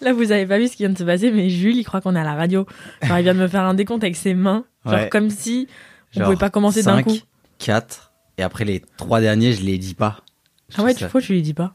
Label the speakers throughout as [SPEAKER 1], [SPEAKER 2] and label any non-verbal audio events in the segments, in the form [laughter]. [SPEAKER 1] Là, vous avez pas vu ce qui vient de se passer, mais Jules, il croit qu'on est à la radio. Genre, il vient de me faire un décompte avec ses mains. Genre,
[SPEAKER 2] Ouais.
[SPEAKER 1] comme si on
[SPEAKER 2] Genre
[SPEAKER 1] pouvait pas commencer d'un
[SPEAKER 2] 5,
[SPEAKER 1] coup.
[SPEAKER 2] 4, et après les trois derniers, je les dis pas. Je
[SPEAKER 1] Ah ouais,
[SPEAKER 2] trouve
[SPEAKER 1] tu
[SPEAKER 2] ça-
[SPEAKER 1] crois que je lui dis pas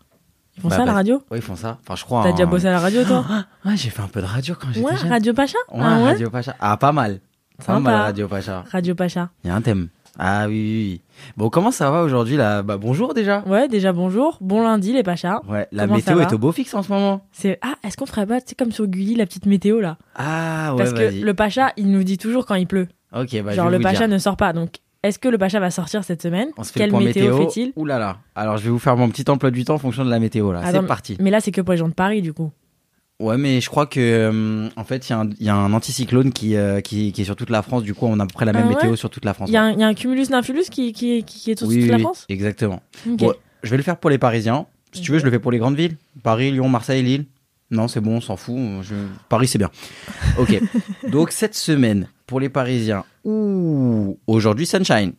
[SPEAKER 1] Ils font
[SPEAKER 2] Bah,
[SPEAKER 1] ça à la
[SPEAKER 2] bah,
[SPEAKER 1] radio
[SPEAKER 2] Ouais, ils font ça. Enfin, je crois.
[SPEAKER 1] T'as
[SPEAKER 2] en- Ah,
[SPEAKER 1] déjà bossé à la radio, toi
[SPEAKER 2] Ouais, j'ai fait un peu de radio quand [gasps] j'étais
[SPEAKER 1] Ouais,
[SPEAKER 2] jeune.
[SPEAKER 1] Radio Pacha
[SPEAKER 2] Ouais,
[SPEAKER 1] Ah ouais
[SPEAKER 2] Radio Pacha. Ah, pas mal. Pas mal,
[SPEAKER 1] Sympa.
[SPEAKER 2] Radio Pacha.
[SPEAKER 1] Radio Pacha.
[SPEAKER 2] Il y a un thème. Ah oui, oui, oui. Bon, comment ça va aujourd'hui là Bah, bonjour déjà.
[SPEAKER 1] Ouais, déjà bonjour. Bon lundi, les Pachas.
[SPEAKER 2] Ouais, la
[SPEAKER 1] Comment ça
[SPEAKER 2] météo
[SPEAKER 1] va
[SPEAKER 2] est au beau fixe en ce moment.
[SPEAKER 1] C'est... Ah, est-ce qu'on ferait pas, tu sais, comme sur Gulli, la petite météo, là
[SPEAKER 2] Ah, ouais,
[SPEAKER 1] Parce que
[SPEAKER 2] vas-y.
[SPEAKER 1] le Pacha, il nous dit toujours quand il pleut.
[SPEAKER 2] Ok, bah, je
[SPEAKER 1] Genre,
[SPEAKER 2] vais
[SPEAKER 1] le
[SPEAKER 2] vous
[SPEAKER 1] Pacha
[SPEAKER 2] dire.
[SPEAKER 1] ne sort pas. Donc, est-ce que le Pacha va sortir cette semaine
[SPEAKER 2] On se fait
[SPEAKER 1] Quelle
[SPEAKER 2] le point
[SPEAKER 1] météo,
[SPEAKER 2] météo.
[SPEAKER 1] fait-il Ah,
[SPEAKER 2] Ouh là là. Alors, je vais vous faire mon petit emploi du temps en fonction de la météo là.
[SPEAKER 1] Attends,
[SPEAKER 2] C'est parti.
[SPEAKER 1] Mais là, c'est que pour les gens de Paris, du coup.
[SPEAKER 2] Ouais, mais je crois que euh, en fait, il y, a un- il y a un anticyclone qui, euh, qui, qui est sur toute la France. Du coup, on a à peu près la même
[SPEAKER 1] Ah ouais
[SPEAKER 2] météo sur toute la France.
[SPEAKER 1] Il y, a un- il y a un cumulus nymphulus qui, qui, qui, qui est sur
[SPEAKER 2] Oui,
[SPEAKER 1] toute la
[SPEAKER 2] oui,
[SPEAKER 1] France
[SPEAKER 2] Exactement.
[SPEAKER 1] Ok.
[SPEAKER 2] Bon, je vais le faire pour les Parisiens. Si tu veux, je le fais pour les grandes villes. Paris, Lyon, Marseille, Lille. Non, c'est bon, on s'en fout. Je- Paris, c'est bien.
[SPEAKER 1] [laughs]
[SPEAKER 2] Ok. Donc, cette semaine, pour les Parisiens, ouh, aujourd'hui, sunshine.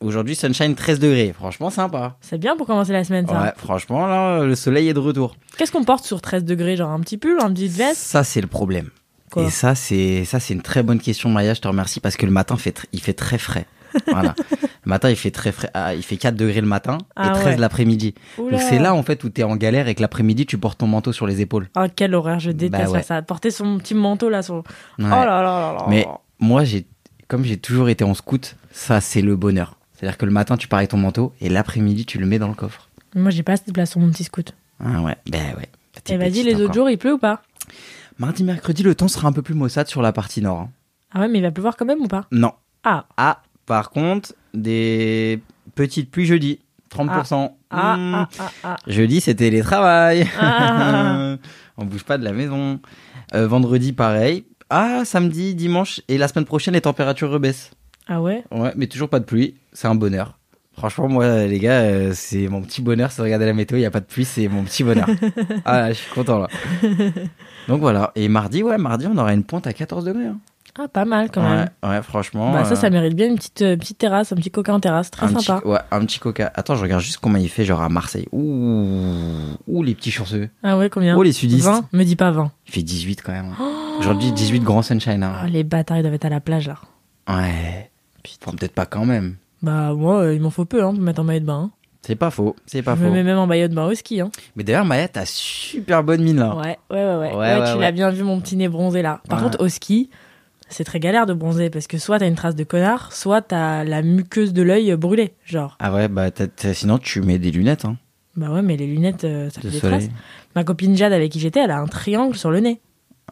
[SPEAKER 2] Aujourd'hui, sunshine 13 degrés. Franchement, sympa.
[SPEAKER 1] C'est bien pour commencer la semaine, ça.
[SPEAKER 2] Ouais, franchement, là, le soleil est de retour.
[SPEAKER 1] Qu'est-ce qu'on porte sur 13 degrés Genre un petit pull, un petit veste
[SPEAKER 2] Ça, c'est le problème.
[SPEAKER 1] Quoi
[SPEAKER 2] Et ça, c'est ça, c'est une très bonne question, Maya. Je te remercie parce que le matin, fait tr- il fait très frais. Voilà. le matin, il fait très frais. Ah, il fait 4 degrés le matin
[SPEAKER 1] Ah
[SPEAKER 2] et 13
[SPEAKER 1] ouais.
[SPEAKER 2] l'après-midi.
[SPEAKER 1] Oula.
[SPEAKER 2] Donc c'est là en fait où t'es en galère et que l'après-midi tu portes ton manteau sur les épaules.
[SPEAKER 1] Ah, quel horreur, je déteste
[SPEAKER 2] Bah ouais.
[SPEAKER 1] faire ça. Porter son petit manteau là sur.
[SPEAKER 2] Ouais.
[SPEAKER 1] Oh là là là là.
[SPEAKER 2] Mais moi j'ai comme j'ai toujours été en scout, ça c'est le bonheur. C'est-à-dire que le matin tu pars avec ton manteau et l'après-midi tu le mets dans le coffre.
[SPEAKER 1] Moi, j'ai pas assez de place sur mon petit scout.
[SPEAKER 2] Ah ouais, ben ouais. T'es
[SPEAKER 1] Et vas-y,
[SPEAKER 2] petite
[SPEAKER 1] Eh les
[SPEAKER 2] encore.
[SPEAKER 1] autres jours, il pleut ou pas
[SPEAKER 2] Mardi, mercredi, le temps sera un peu plus maussade sur la partie nord. hein.
[SPEAKER 1] Ah ouais, mais il va pleuvoir quand même ou pas
[SPEAKER 2] Non.
[SPEAKER 1] Ah,
[SPEAKER 2] Ah, par contre, des petites pluies jeudi, 30%.
[SPEAKER 1] ah,
[SPEAKER 2] Hmm.
[SPEAKER 1] ah, ah, ah.
[SPEAKER 2] Jeudi, c'est télétravail. [laughs]
[SPEAKER 1] Ah.
[SPEAKER 2] On bouge pas de la maison. Euh, vendredi, pareil. Ah, samedi, dimanche et la semaine prochaine, les températures rebaissent.
[SPEAKER 1] Ah ouais
[SPEAKER 2] Ouais, mais toujours pas de pluie. C'est un bonheur. Franchement, moi, les gars, euh, c'est mon petit bonheur. C'est de regarder la météo, il n'y a pas de pluie, c'est mon petit
[SPEAKER 1] [laughs]
[SPEAKER 2] bonheur. ah, là, je suis content là. Donc voilà. Et mardi, ouais, mardi, on aura une pointe à 14 degrés. hein.
[SPEAKER 1] Ah, pas mal quand
[SPEAKER 2] Ouais,
[SPEAKER 1] même.
[SPEAKER 2] ouais, franchement.
[SPEAKER 1] bah, ça,
[SPEAKER 2] euh,
[SPEAKER 1] ça mérite bien une petite, euh, petite terrasse, un petit coca en terrasse. Très
[SPEAKER 2] un petit,
[SPEAKER 1] sympa.
[SPEAKER 2] ouais, un petit coca. Attends, je regarde juste combien il fait, genre à Marseille. Ouh, ouh les petits chanceux.
[SPEAKER 1] Ah ouais, combien
[SPEAKER 2] Oh, les sudistes.
[SPEAKER 1] 20 Me dis pas 20.
[SPEAKER 2] Il fait 18 quand même. Aujourd'hui, 18 grand sunshine. hein.
[SPEAKER 1] Ah, les bâtards, ils doivent être à la plage là. Ah,
[SPEAKER 2] Ouais. Enfin, peut-être pas quand même.
[SPEAKER 1] Bah, moi, euh, il m'en faut peu hein, pour mettre en maillot de bain. hein.
[SPEAKER 2] C'est pas faux. C'est pas
[SPEAKER 1] je
[SPEAKER 2] faux.
[SPEAKER 1] me mets même en maillot de bain au ski. Hein.
[SPEAKER 2] Mais d'ailleurs, Maya, t'as super bonne mine là.
[SPEAKER 1] Ouais, ouais, ouais, ouais.
[SPEAKER 2] Ah. Ouais,
[SPEAKER 1] Ouais,
[SPEAKER 2] ouais,
[SPEAKER 1] tu
[SPEAKER 2] ouais. Ah.
[SPEAKER 1] l'as bien vu, mon petit nez bronzé là. Par
[SPEAKER 2] Ouais.
[SPEAKER 1] contre, au ski, c'est très galère de bronzer parce que soit t'as une trace de connard, soit t'as la muqueuse de l'œil euh, brûlée. Genre,
[SPEAKER 2] Ah ouais, bah t'as- t'as- sinon tu mets des lunettes hein,
[SPEAKER 1] bah ouais, mais les lunettes, euh, ça
[SPEAKER 2] de
[SPEAKER 1] fait des
[SPEAKER 2] soleil.
[SPEAKER 1] traces. Ma copine Jade avec qui j'étais, elle a un triangle sur le nez.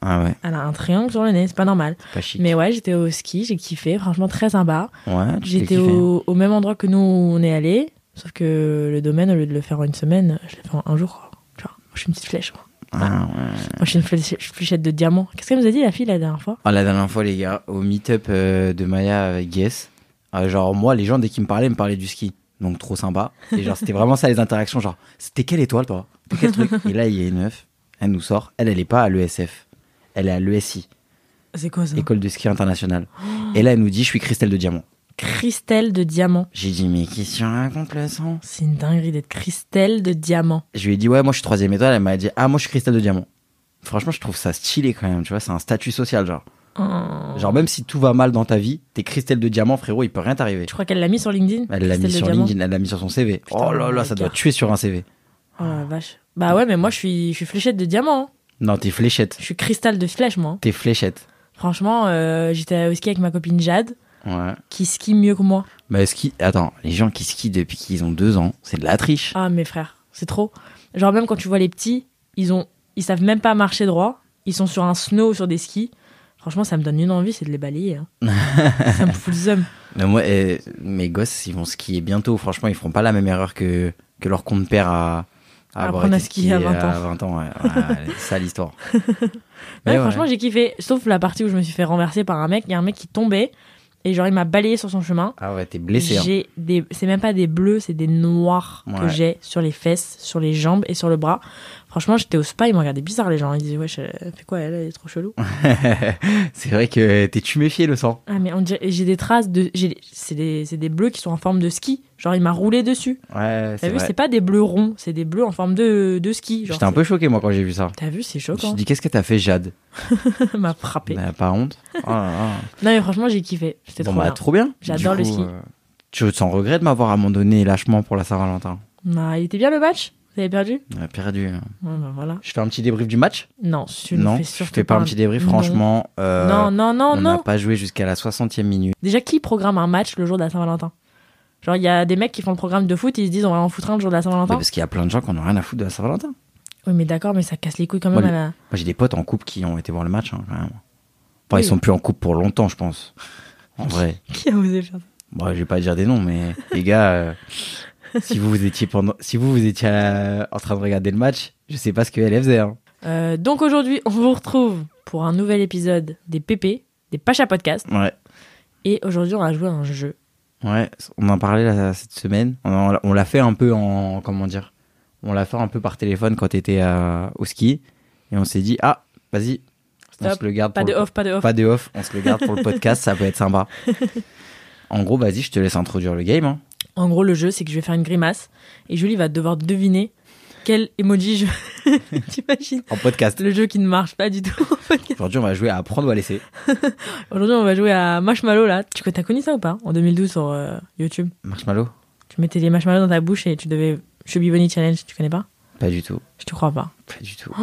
[SPEAKER 2] Ah ouais,
[SPEAKER 1] Elle a un triangle sur le nez, c'est pas normal.
[SPEAKER 2] c'est pas chic.
[SPEAKER 1] Mais ouais, j'étais au ski, j'ai kiffé, franchement très sympa.
[SPEAKER 2] Ouais, tu t'es
[SPEAKER 1] J'étais
[SPEAKER 2] kiffé.
[SPEAKER 1] au, au même endroit que nous où on est allé, sauf que le domaine, au lieu de le faire en une semaine, je l'ai fait en un jour. Tu vois, moi, je suis une petite flèche. Moi,
[SPEAKER 2] Ah ouais.
[SPEAKER 1] Moi, je suis une flèche- fléchette de diamant. Qu'est-ce qu'elle nous a dit la fille la dernière fois
[SPEAKER 2] Ah, la dernière fois, les gars, au meet-up euh, de Maya avec Guess, euh, genre moi, les gens, dès qu'ils me parlaient, ils me parlaient du ski. Donc trop sympa. Et genre, c'était vraiment ça les interactions. Genre, c'était quelle étoile toi T'es quel truc Et là, il y a une meuf, elle nous sort. Elle, elle est pas à l'ESF. Elle est à l'ESI,
[SPEAKER 1] C'est quoi ça
[SPEAKER 2] École de ski internationale. Et là, elle nous dit, je suis Christelle de Diamant.
[SPEAKER 1] Christelle de diamant.
[SPEAKER 2] J'ai dit, mais qu'est-ce que tu racontes le sang
[SPEAKER 1] C'est une dinguerie d'être Christelle de diamant.
[SPEAKER 2] Je lui ai dit, ouais, moi je suis troisième étoile. Elle m'a dit, ah, moi je suis Christelle de Diamant. Franchement, je trouve ça stylé quand même, tu vois, c'est un statut social, genre.
[SPEAKER 1] Oh.
[SPEAKER 2] Genre, même si tout va mal dans ta vie, t'es Christelle de Diamant, frérot, il peut rien t'arriver.
[SPEAKER 1] Je crois qu'elle l'a mis sur LinkedIn.
[SPEAKER 2] Elle l'a mis
[SPEAKER 1] Christelle de
[SPEAKER 2] sur
[SPEAKER 1] diamant.
[SPEAKER 2] LinkedIn, elle l'a mis sur son CV.
[SPEAKER 1] Putain,
[SPEAKER 2] oh là là,
[SPEAKER 1] le
[SPEAKER 2] ça
[SPEAKER 1] gars.
[SPEAKER 2] doit tuer sur un CV.
[SPEAKER 1] Oh la vache. Bah ouais, mais moi je suis, je suis fléchette de diamant. hein.
[SPEAKER 2] Non, t'es fléchette.
[SPEAKER 1] Je suis cristal de flèche, moi. hein.
[SPEAKER 2] T'es fléchette.
[SPEAKER 1] Franchement, euh, j'étais au ski avec ma copine Jade,
[SPEAKER 2] Ouais.
[SPEAKER 1] qui skie mieux que moi.
[SPEAKER 2] Bah, ski. Attends, les gens qui skient depuis qu'ils ont deux ans, c'est de la triche.
[SPEAKER 1] Ah mes frères, c'est trop. Genre même quand tu vois les petits, ils ont, ils savent même pas marcher droit. Ils sont sur un snow ou sur des skis. Franchement, ça me donne une envie, c'est de les balayer.
[SPEAKER 2] [laughs]
[SPEAKER 1] hein. ça me fout le seum.
[SPEAKER 2] Mais moi, euh, mes gosses, ils vont skier bientôt. Franchement, ils feront pas la même erreur que, que leur compte père à, à avoir
[SPEAKER 1] Apprendre à
[SPEAKER 2] été
[SPEAKER 1] skier à
[SPEAKER 2] skié
[SPEAKER 1] 20 ans.
[SPEAKER 2] À 20 ans, ouais.
[SPEAKER 1] [laughs]
[SPEAKER 2] Ouais, c'est ça l'histoire.
[SPEAKER 1] Ouais,
[SPEAKER 2] Mais ouais.
[SPEAKER 1] franchement, j'ai kiffé. Sauf la partie où je me suis fait renverser par un mec. Il y a un mec qui tombait et genre il m'a balayé sur son chemin.
[SPEAKER 2] Ah ouais, t'es blessé. hein.
[SPEAKER 1] J'ai des, c'est même pas des bleus, c'est des noirs que
[SPEAKER 2] Ouais.
[SPEAKER 1] j'ai sur les fesses, sur les jambes et sur le bras. Franchement, j'étais au spa, ils me regardaient bizarre les gens. Ils disaient, ouais, elle fait quoi elle, elle est trop chelou.
[SPEAKER 2] c'est vrai que t'es tuméfié le sang.
[SPEAKER 1] ah mais on dirait- et j'ai des traces de, j'ai- c'est des, c'est des bleus qui sont en forme de ski. Genre il m'a roulé dessus.
[SPEAKER 2] Ouais,
[SPEAKER 1] T'as
[SPEAKER 2] c'est
[SPEAKER 1] vu,
[SPEAKER 2] vrai.
[SPEAKER 1] c'est pas des bleus ronds, c'est des bleus en forme de, de ski. Genre,
[SPEAKER 2] J'étais un peu choqué moi quand j'ai vu ça.
[SPEAKER 1] c'est- T'as vu, c'est
[SPEAKER 2] Je me suis
[SPEAKER 1] choquant.
[SPEAKER 2] dit qu'est-ce que t'as fait Jade
[SPEAKER 1] [laughs] m'a frappé.
[SPEAKER 2] Bah,
[SPEAKER 1] [laughs]
[SPEAKER 2] Pas honte. Oh là là.
[SPEAKER 1] Non mais franchement, j'ai kiffé. C'était
[SPEAKER 2] Bon,
[SPEAKER 1] trop
[SPEAKER 2] bah,
[SPEAKER 1] bien.
[SPEAKER 2] trop bien.
[SPEAKER 1] J'adore
[SPEAKER 2] Du
[SPEAKER 1] le
[SPEAKER 2] coup,
[SPEAKER 1] ski.
[SPEAKER 2] euh, Tu sans regret de m'avoir abandonné lâchement pour la Saint-Valentin.
[SPEAKER 1] Ah, il était bien le match. Vous avez perdu
[SPEAKER 2] Ouais, perdu.
[SPEAKER 1] Ouais, bah, voilà.
[SPEAKER 2] Je fais un petit débrief du match
[SPEAKER 1] Non, tu
[SPEAKER 2] Non,
[SPEAKER 1] ne fais
[SPEAKER 2] je
[SPEAKER 1] surtout
[SPEAKER 2] fais pas un petit débrief,
[SPEAKER 1] Non.
[SPEAKER 2] franchement. euh,
[SPEAKER 1] non, non, non,
[SPEAKER 2] on n'a
[SPEAKER 1] non.
[SPEAKER 2] pas joué jusqu'à la 60e minute.
[SPEAKER 1] Déjà, qui programme un match le jour de la Saint-Valentin Genre, il y a des mecs qui font le programme de foot, ils se disent on va en foutre un le jour de la
[SPEAKER 2] Mais
[SPEAKER 1] Saint-Valentin.
[SPEAKER 2] parce qu'il y a plein de gens qui n'ont rien à foutre de la Saint-Valentin. Moi,
[SPEAKER 1] Oui, mais d'accord, mais ça casse les couilles quand même.
[SPEAKER 2] Moi,
[SPEAKER 1] à la- [laughs]
[SPEAKER 2] j'ai des potes en couple qui ont été voir le match, hein, quand même. Enfin,
[SPEAKER 1] Oui.
[SPEAKER 2] ils sont plus en couple pour longtemps, je pense. En vrai.
[SPEAKER 1] Qui a osé faire ça
[SPEAKER 2] Bon, je vais pas dire des
[SPEAKER 1] [laughs]
[SPEAKER 2] noms, mais les gars, euh, si vous vous étiez pendant, si vous vous étiez euh, en train de regarder le match, je sais pas ce que elle faisait. hein.
[SPEAKER 1] Euh, Donc aujourd'hui, on vous retrouve pour un nouvel épisode des PP, des Pacha Podcast.
[SPEAKER 2] Ouais,
[SPEAKER 1] Et aujourd'hui, on va jouer à un jeu.
[SPEAKER 2] ouais. On en parlait là, cette semaine. On, en- on l'a fait un peu en, comment dire, on l'a fait un peu par téléphone quand t'étais euh, au ski, et on s'est dit ah, vas-y, on
[SPEAKER 1] Stop,
[SPEAKER 2] se le garde.
[SPEAKER 1] Pas
[SPEAKER 2] pour
[SPEAKER 1] de
[SPEAKER 2] le-
[SPEAKER 1] off, pas de off.
[SPEAKER 2] Pas de off, on se le garde pour le podcast, ça peut
[SPEAKER 1] [laughs]
[SPEAKER 2] être sympa. En gros, vas-y, je te laisse introduire le game. hein.
[SPEAKER 1] En gros, le jeu, c'est que je vais faire une grimace et Julie va devoir deviner quel emoji je. [laughs] T'imagines
[SPEAKER 2] En podcast.
[SPEAKER 1] Le jeu qui ne marche pas du tout. [laughs]
[SPEAKER 2] Aujourd'hui, on va jouer à apprendre ou à laisser.
[SPEAKER 1] Aujourd'hui, on va jouer à Marshmallow là. Tu t'as connu ça ou pas En 2012 sur euh, YouTube.
[SPEAKER 2] Marshmallow
[SPEAKER 1] Tu mettais les marshmallows dans ta bouche et tu devais Chubby Bunny Challenge, tu connais pas
[SPEAKER 2] Pas du tout.
[SPEAKER 1] Je te crois pas.
[SPEAKER 2] Pas du tout.
[SPEAKER 1] Oh.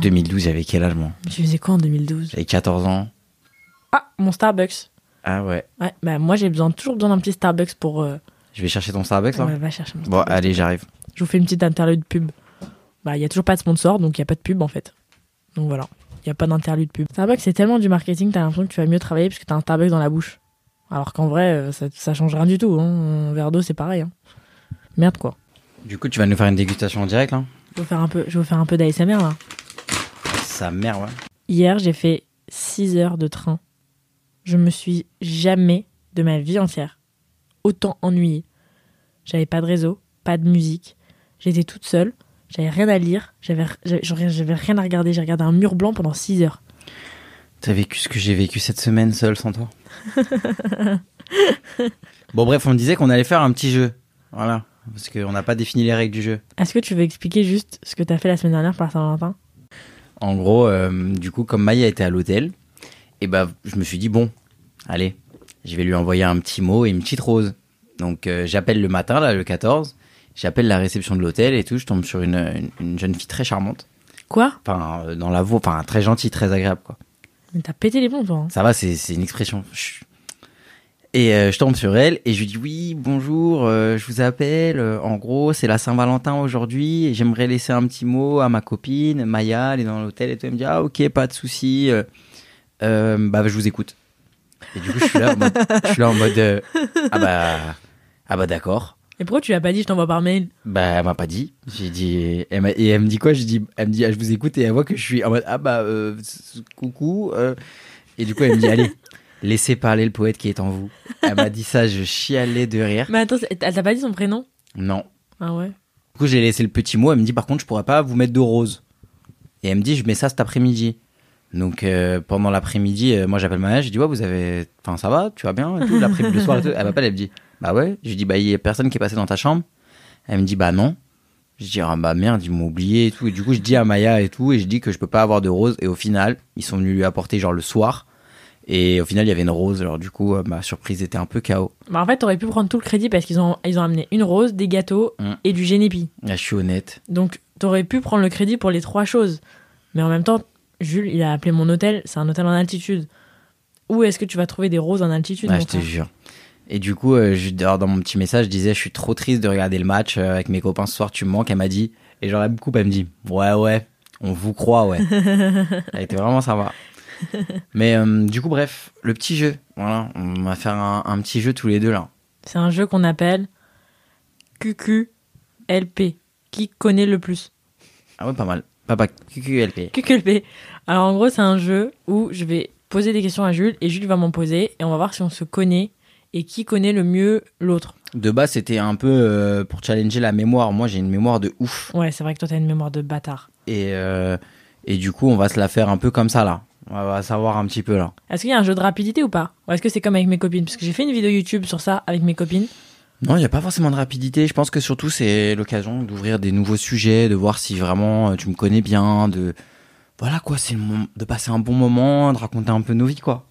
[SPEAKER 2] 2012, j'avais quel âge, moi
[SPEAKER 1] Mais Tu faisais quoi en 2012
[SPEAKER 2] J'avais 14 ans.
[SPEAKER 1] Ah, mon Starbucks.
[SPEAKER 2] Ah ouais.
[SPEAKER 1] Ouais, bah moi j'ai besoin toujours besoin d'un petit Starbucks pour euh,
[SPEAKER 2] Je vais chercher ton Starbucks, là
[SPEAKER 1] ouais, va chercher mon
[SPEAKER 2] Bon,
[SPEAKER 1] Starbucks.
[SPEAKER 2] allez, j'arrive.
[SPEAKER 1] Je vous fais une petite interlude pub. Bah, il y a toujours pas de sponsor donc il y a pas de pub en fait. Donc voilà, il y a pas d'interlude pub. Starbucks c'est tellement du marketing, t'as l'impression que tu vas mieux travailler parce que t'as un Starbucks dans la bouche. Alors qu'en vrai, euh, ça, ça change rien du tout. Hein. Un verre d'eau c'est pareil. hein. Merde quoi.
[SPEAKER 2] Du coup, tu vas nous faire une dégustation en direct, là
[SPEAKER 1] Je vais vous faire un peu, je vais vous faire un peu d'ASMR là.
[SPEAKER 2] Sa mère, ouais.
[SPEAKER 1] Hier, j'ai fait 6 heures de train. Je me suis jamais, de ma vie entière, autant ennuyée. J'avais pas de réseau, pas de musique. J'étais toute seule, j'avais rien à lire, j'avais j'avais- j'aurais- j'avais rien à regarder. J'ai regardé un mur blanc pendant 6 heures.
[SPEAKER 2] T'as vécu ce que j'ai vécu cette semaine, seul, sans toi [laughs] Bon, bref, on me disait qu'on allait faire un petit jeu. Voilà. Parce qu'on n'a pas défini les règles du jeu.
[SPEAKER 1] Est-ce que tu veux expliquer juste ce que t'as fait la semaine dernière pour la Saint-Valentin
[SPEAKER 2] En gros, euh, du coup, comme Maya était à l'hôtel, et bah, je me suis dit bon, allez, je vais lui envoyer un petit mot et une petite rose. Donc euh, j'appelle le matin là, le 14. J'appelle la réception de l'hôtel et tout. Je tombe sur une, une- une jeune fille très charmante.
[SPEAKER 1] Quoi
[SPEAKER 2] Enfin, euh, dans la voix, enfin très gentille, très agréable quoi.
[SPEAKER 1] Mais t'as pété les plombs, toi. hein.
[SPEAKER 2] Ça va, c'est c'est une expression. Chut. Et euh, je tombe sur elle et je lui dis oui, bonjour, euh, je vous appelle. euh, en gros, c'est la Saint-Valentin aujourd'hui et j'aimerais laisser un petit mot à ma copine Maya. Elle est dans l'hôtel et tout. Elle me dit ah ok, pas de souci. euh, euh, bah je vous écoute. Et du coup, je suis là en mode, je suis là en mode euh, ah bah ah bah d'accord.
[SPEAKER 1] Et pourquoi tu l'as pas dit, je t'envoie par mail
[SPEAKER 2] Bah, elle m'a pas dit. J'ai dit. Elle m'a- et elle me dit quoi Je dis, elle me dit, ah, je vous écoute et elle voit que je suis en mode, ah bah, euh, s- coucou. euh. Et du coup, elle me dit, allez, laissez parler le poète qui est en vous. Elle m'a dit ça, je chialais de rire.
[SPEAKER 1] Mais attends, c'est- elle t'a pas dit son prénom
[SPEAKER 2] Non.
[SPEAKER 1] Ah ouais
[SPEAKER 2] Du coup, j'ai laissé le petit mot. Elle me dit, par contre, je pourrais pas vous mettre de rose. Et elle me dit, je mets ça cet après-midi. Donc, euh, pendant l'après-midi, euh, moi, j'appelle ma mère. Je dis, ouais, vous avez. Enfin, ça va, tu vas bien et tout. L'après-midi, le soir et tout. Elle m'appelle, elle me dit, bah ouais. Je lui dis, bah, il y a personne qui est passé dans ta chambre. Elle me dit, bah non. Je dis, ah bah merde, ils m'ont oublié et tout. Et du coup, je dis à Maya et tout. Et je dis que je peux pas avoir de rose. Et au final, ils sont venus lui apporter, genre, le soir. Et au final, il y avait une rose. Alors, du coup, euh, ma surprise était un peu KO.
[SPEAKER 1] Bah en fait, t'aurais pu prendre tout le crédit parce qu'ils ont, ils ont amené une rose, des gâteaux
[SPEAKER 2] Mm.
[SPEAKER 1] et du génépi.
[SPEAKER 2] Là, je suis honnête.
[SPEAKER 1] Donc, t'aurais pu prendre le crédit pour les trois choses. Mais en même temps, Jules, il a appelé mon hôtel, c'est un hôtel en altitude. Où est-ce que tu vas trouver des roses en altitude
[SPEAKER 2] Ah,
[SPEAKER 1] mon
[SPEAKER 2] je te
[SPEAKER 1] frère
[SPEAKER 2] jure. Et du coup, euh, je- dans dans mon petit message, je disais, je suis trop triste de regarder le match euh, avec mes copains ce soir, tu me manques. Elle m'a dit, et genre, elle me coupe, elle me dit, ouais, ouais, on vous
[SPEAKER 1] [laughs]
[SPEAKER 2] croit, ouais. elle était vraiment sympa. Mais euh, du coup, bref, le petit jeu. Voilà, on va faire un, un petit jeu tous les deux là.
[SPEAKER 1] C'est un jeu qu'on appelle QQLP. Qui connaît le plus
[SPEAKER 2] Ah ouais, pas mal. Papa, QQLP.
[SPEAKER 1] QQLP. Alors, en gros, c'est un jeu où je vais poser des questions à Jules et Jules va m'en poser et on va voir si on se connaît et qui connaît le mieux l'autre.
[SPEAKER 2] De base, c'était un peu euh, pour challenger la mémoire. Moi, j'ai une mémoire de ouf.
[SPEAKER 1] Ouais, c'est vrai que toi, t'as une mémoire de bâtard.
[SPEAKER 2] Et, euh, et du coup, on va se la faire un peu comme ça, là. On va savoir un petit peu, là.
[SPEAKER 1] Est-ce qu'il y a un jeu de rapidité ou pas Ou est-ce que c'est comme avec mes copines Parce que j'ai fait une vidéo YouTube sur ça avec mes copines.
[SPEAKER 2] Non, il n'y a pas forcément de rapidité. Je pense que surtout, c'est l'occasion d'ouvrir des nouveaux sujets, de voir si vraiment euh, tu me connais bien, de. Voilà quoi, c'est le moment de passer un bon moment, de raconter un peu nos vies, quoi.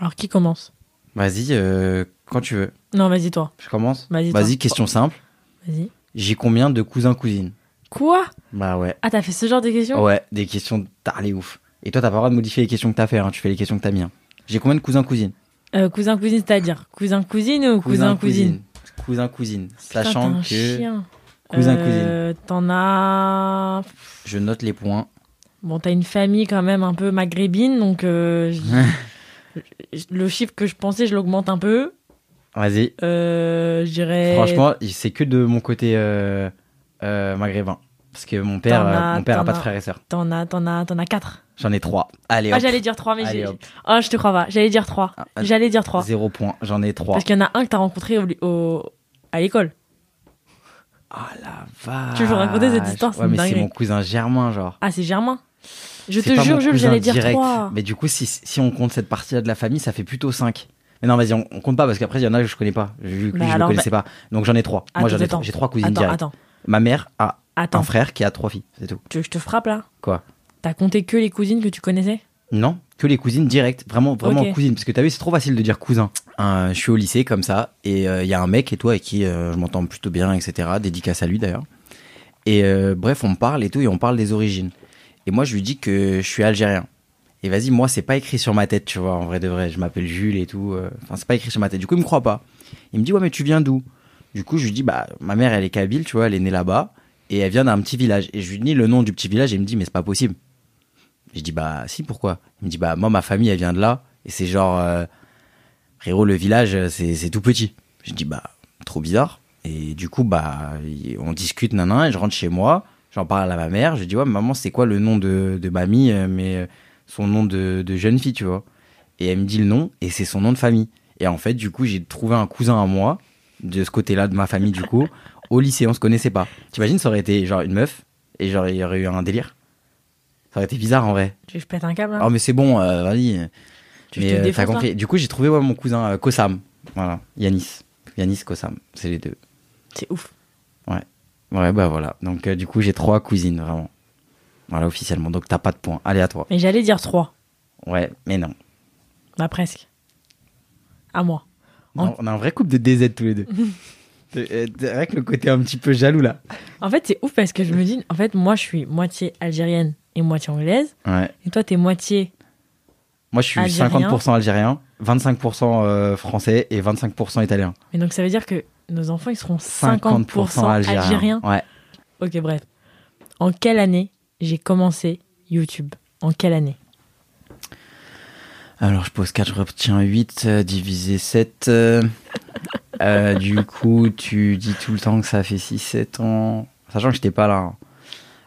[SPEAKER 1] Alors, qui commence
[SPEAKER 2] Vas-y, euh, quand tu veux.
[SPEAKER 1] Non, vas-y, toi.
[SPEAKER 2] Je commence
[SPEAKER 1] Vas-y, toi.
[SPEAKER 2] Vas-y, question simple.
[SPEAKER 1] Vas-y.
[SPEAKER 2] J'ai combien de cousins-cousines
[SPEAKER 1] Quoi
[SPEAKER 2] Bah ouais.
[SPEAKER 1] Ah, t'as fait ce genre de questions
[SPEAKER 2] Ouais, des questions de tard, les ouf. Et toi, t'as pas le droit de modifier les questions que t'as fait, hein. tu fais les questions que t'as mis. hein. J'ai combien de cousins-cousines
[SPEAKER 1] Euh, Cousin-cousine, c'est-à-dire cousin-cousine ou cousin-cousine
[SPEAKER 2] Cousin-cousine.
[SPEAKER 1] Putain, t'es
[SPEAKER 2] Sachant
[SPEAKER 1] un
[SPEAKER 2] que
[SPEAKER 1] chien.
[SPEAKER 2] cousin-cousine.
[SPEAKER 1] Euh, T'en as.
[SPEAKER 2] je note les points.
[SPEAKER 1] Bon, t'as une famille quand même un peu maghrébine, donc
[SPEAKER 2] [laughs]
[SPEAKER 1] euh, j- j- le chiffre que je pensais, je l'augmente un peu.
[SPEAKER 2] Vas-y.
[SPEAKER 1] Euh, je dirais.
[SPEAKER 2] Franchement, c'est que de mon côté euh, euh, maghrébin. Parce que mon père,
[SPEAKER 1] T'en as-
[SPEAKER 2] euh, mon père
[SPEAKER 1] t'en
[SPEAKER 2] a pas
[SPEAKER 1] as.
[SPEAKER 2] de frères et sœurs.
[SPEAKER 1] T'en as, t'en as, t'en as 4.
[SPEAKER 2] J'en ai trois. Allez,
[SPEAKER 1] Ah,
[SPEAKER 2] hop.
[SPEAKER 1] j'allais dire 3, mais
[SPEAKER 2] Allez,
[SPEAKER 1] j'ai.
[SPEAKER 2] hop.
[SPEAKER 1] Ah, je te crois pas. J'allais dire 3.
[SPEAKER 2] Ah, ah,
[SPEAKER 1] J'allais dire 3.
[SPEAKER 2] Zéro point. J'en ai trois.
[SPEAKER 1] Parce qu'il y en a un que t'as rencontré au, au- à l'école.
[SPEAKER 2] Ah la vache.
[SPEAKER 1] Tu veux raconter cette histoire, c'est
[SPEAKER 2] Ouais,
[SPEAKER 1] une
[SPEAKER 2] mais c'est
[SPEAKER 1] dinguerie.
[SPEAKER 2] mon cousin germain, genre.
[SPEAKER 1] Ah, c'est Germain. Je
[SPEAKER 2] C'est
[SPEAKER 1] te
[SPEAKER 2] pas
[SPEAKER 1] jure,
[SPEAKER 2] mon
[SPEAKER 1] Jules,
[SPEAKER 2] cousin
[SPEAKER 1] j'allais dire
[SPEAKER 2] direct.
[SPEAKER 1] 3.
[SPEAKER 2] Mais du coup, si, si on compte cette partie-là de la famille, ça fait plutôt 5. Mais non, vas-y, on, on compte pas parce qu'après, il y en a que je connais pas. Vu que
[SPEAKER 1] Bah
[SPEAKER 2] je
[SPEAKER 1] alors,
[SPEAKER 2] le connaissais pas. Donc j'en ai trois.
[SPEAKER 1] Attends,
[SPEAKER 2] Moi, j'en ai
[SPEAKER 1] attends.
[SPEAKER 2] trois. J'ai trois cousines
[SPEAKER 1] Attends,
[SPEAKER 2] directes.
[SPEAKER 1] attends,
[SPEAKER 2] Ma mère a
[SPEAKER 1] attends.
[SPEAKER 2] un frère qui a trois filles, c'est tout.
[SPEAKER 1] Tu veux que je te frappe là
[SPEAKER 2] Quoi
[SPEAKER 1] T'as compté que les cousines que tu connaissais
[SPEAKER 2] Non, que les cousines directes, vraiment, vraiment
[SPEAKER 1] Ok.
[SPEAKER 2] cousines, parce que t'as vu, c'est trop facile de dire cousin. Un- je suis au lycée comme ça, et il y a un mec et toi avec qui euh, je m'entends plutôt bien, etc. Dédicace à lui d'ailleurs. Et euh, bref, on parle et tout, et on parle des origines. Et moi, je lui dis que je suis algérien. Et vas-y, moi, c'est pas écrit sur ma tête, tu vois, en vrai de vrai. Je m'appelle Jules et tout. euh, Enfin, c'est pas écrit sur ma tête. Du coup, il me croit pas. Il me dit, ouais, mais tu viens d'où Du coup, je lui dis, bah, ma mère, elle est kabyle, tu vois, elle est née là-bas. Et elle vient d'un petit village. Et je lui dis le nom du petit village, et il me dit, mais c'est pas possible. Je dis bah si pourquoi Il me dit bah moi ma famille elle vient de là et c'est genre euh, frérot le village euh, c'est c'est tout petit. Je dis bah trop bizarre et du coup bah y- on discute nanan et je rentre chez moi, j'en parle à ma mère, je dis ouais maman c'est quoi le nom de, de mamie euh, mais euh, son nom de, de jeune fille tu vois et elle me dit le nom et c'est son nom de famille et en fait du coup j'ai trouvé un cousin à moi de ce côté-là de ma famille du coup [laughs] au lycée on se connaissait pas. T'imagines ça aurait été genre une meuf et genre il y aurait eu un délire. Ça aurait été bizarre en vrai.
[SPEAKER 1] Tu veux que je pète un câble là
[SPEAKER 2] Oh mais c'est bon, euh, vas-y.
[SPEAKER 1] Hein Tu
[SPEAKER 2] Mais,
[SPEAKER 1] te
[SPEAKER 2] euh,
[SPEAKER 1] défonces,
[SPEAKER 2] t'as
[SPEAKER 1] là
[SPEAKER 2] compris. Du coup, j'ai trouvé ouais, mon cousin euh, Kossam. Voilà, Yanis. Yanis Kossam, c'est les deux.
[SPEAKER 1] C'est ouf.
[SPEAKER 2] Ouais, bah voilà. Donc euh, du coup, j'ai trois cousines vraiment. Voilà, officiellement. Donc t'as pas de points. Allez à toi.
[SPEAKER 1] Mais j'allais dire 3.
[SPEAKER 2] Ouais, mais non.
[SPEAKER 1] Bah presque. À moi. En-
[SPEAKER 2] Non, On a un vrai couple de DZ tous
[SPEAKER 1] [laughs]
[SPEAKER 2] les deux. C'est euh, c'est vrai que le côté un petit peu jaloux là.
[SPEAKER 1] En fait, c'est ouf parce que je me dis, en fait, moi, je suis moitié algérienne et moitié anglaise.
[SPEAKER 2] Ouais.
[SPEAKER 1] Et toi, t'es moitié.
[SPEAKER 2] Moi, je suis
[SPEAKER 1] Algérien.
[SPEAKER 2] 50% algérien, 25% euh, français et 25% italien.
[SPEAKER 1] Mais donc, ça veut dire que nos enfants, ils seront 50%, algériens.
[SPEAKER 2] Ouais.
[SPEAKER 1] Ok, bref. En quelle année j'ai commencé YouTube En quelle année
[SPEAKER 2] Alors, je pose 4, je retiens 8, divisé 7.
[SPEAKER 1] [laughs]
[SPEAKER 2] du coup, tu dis tout le temps que ça fait 6-7 ans. Sachant que j'étais pas là. hein.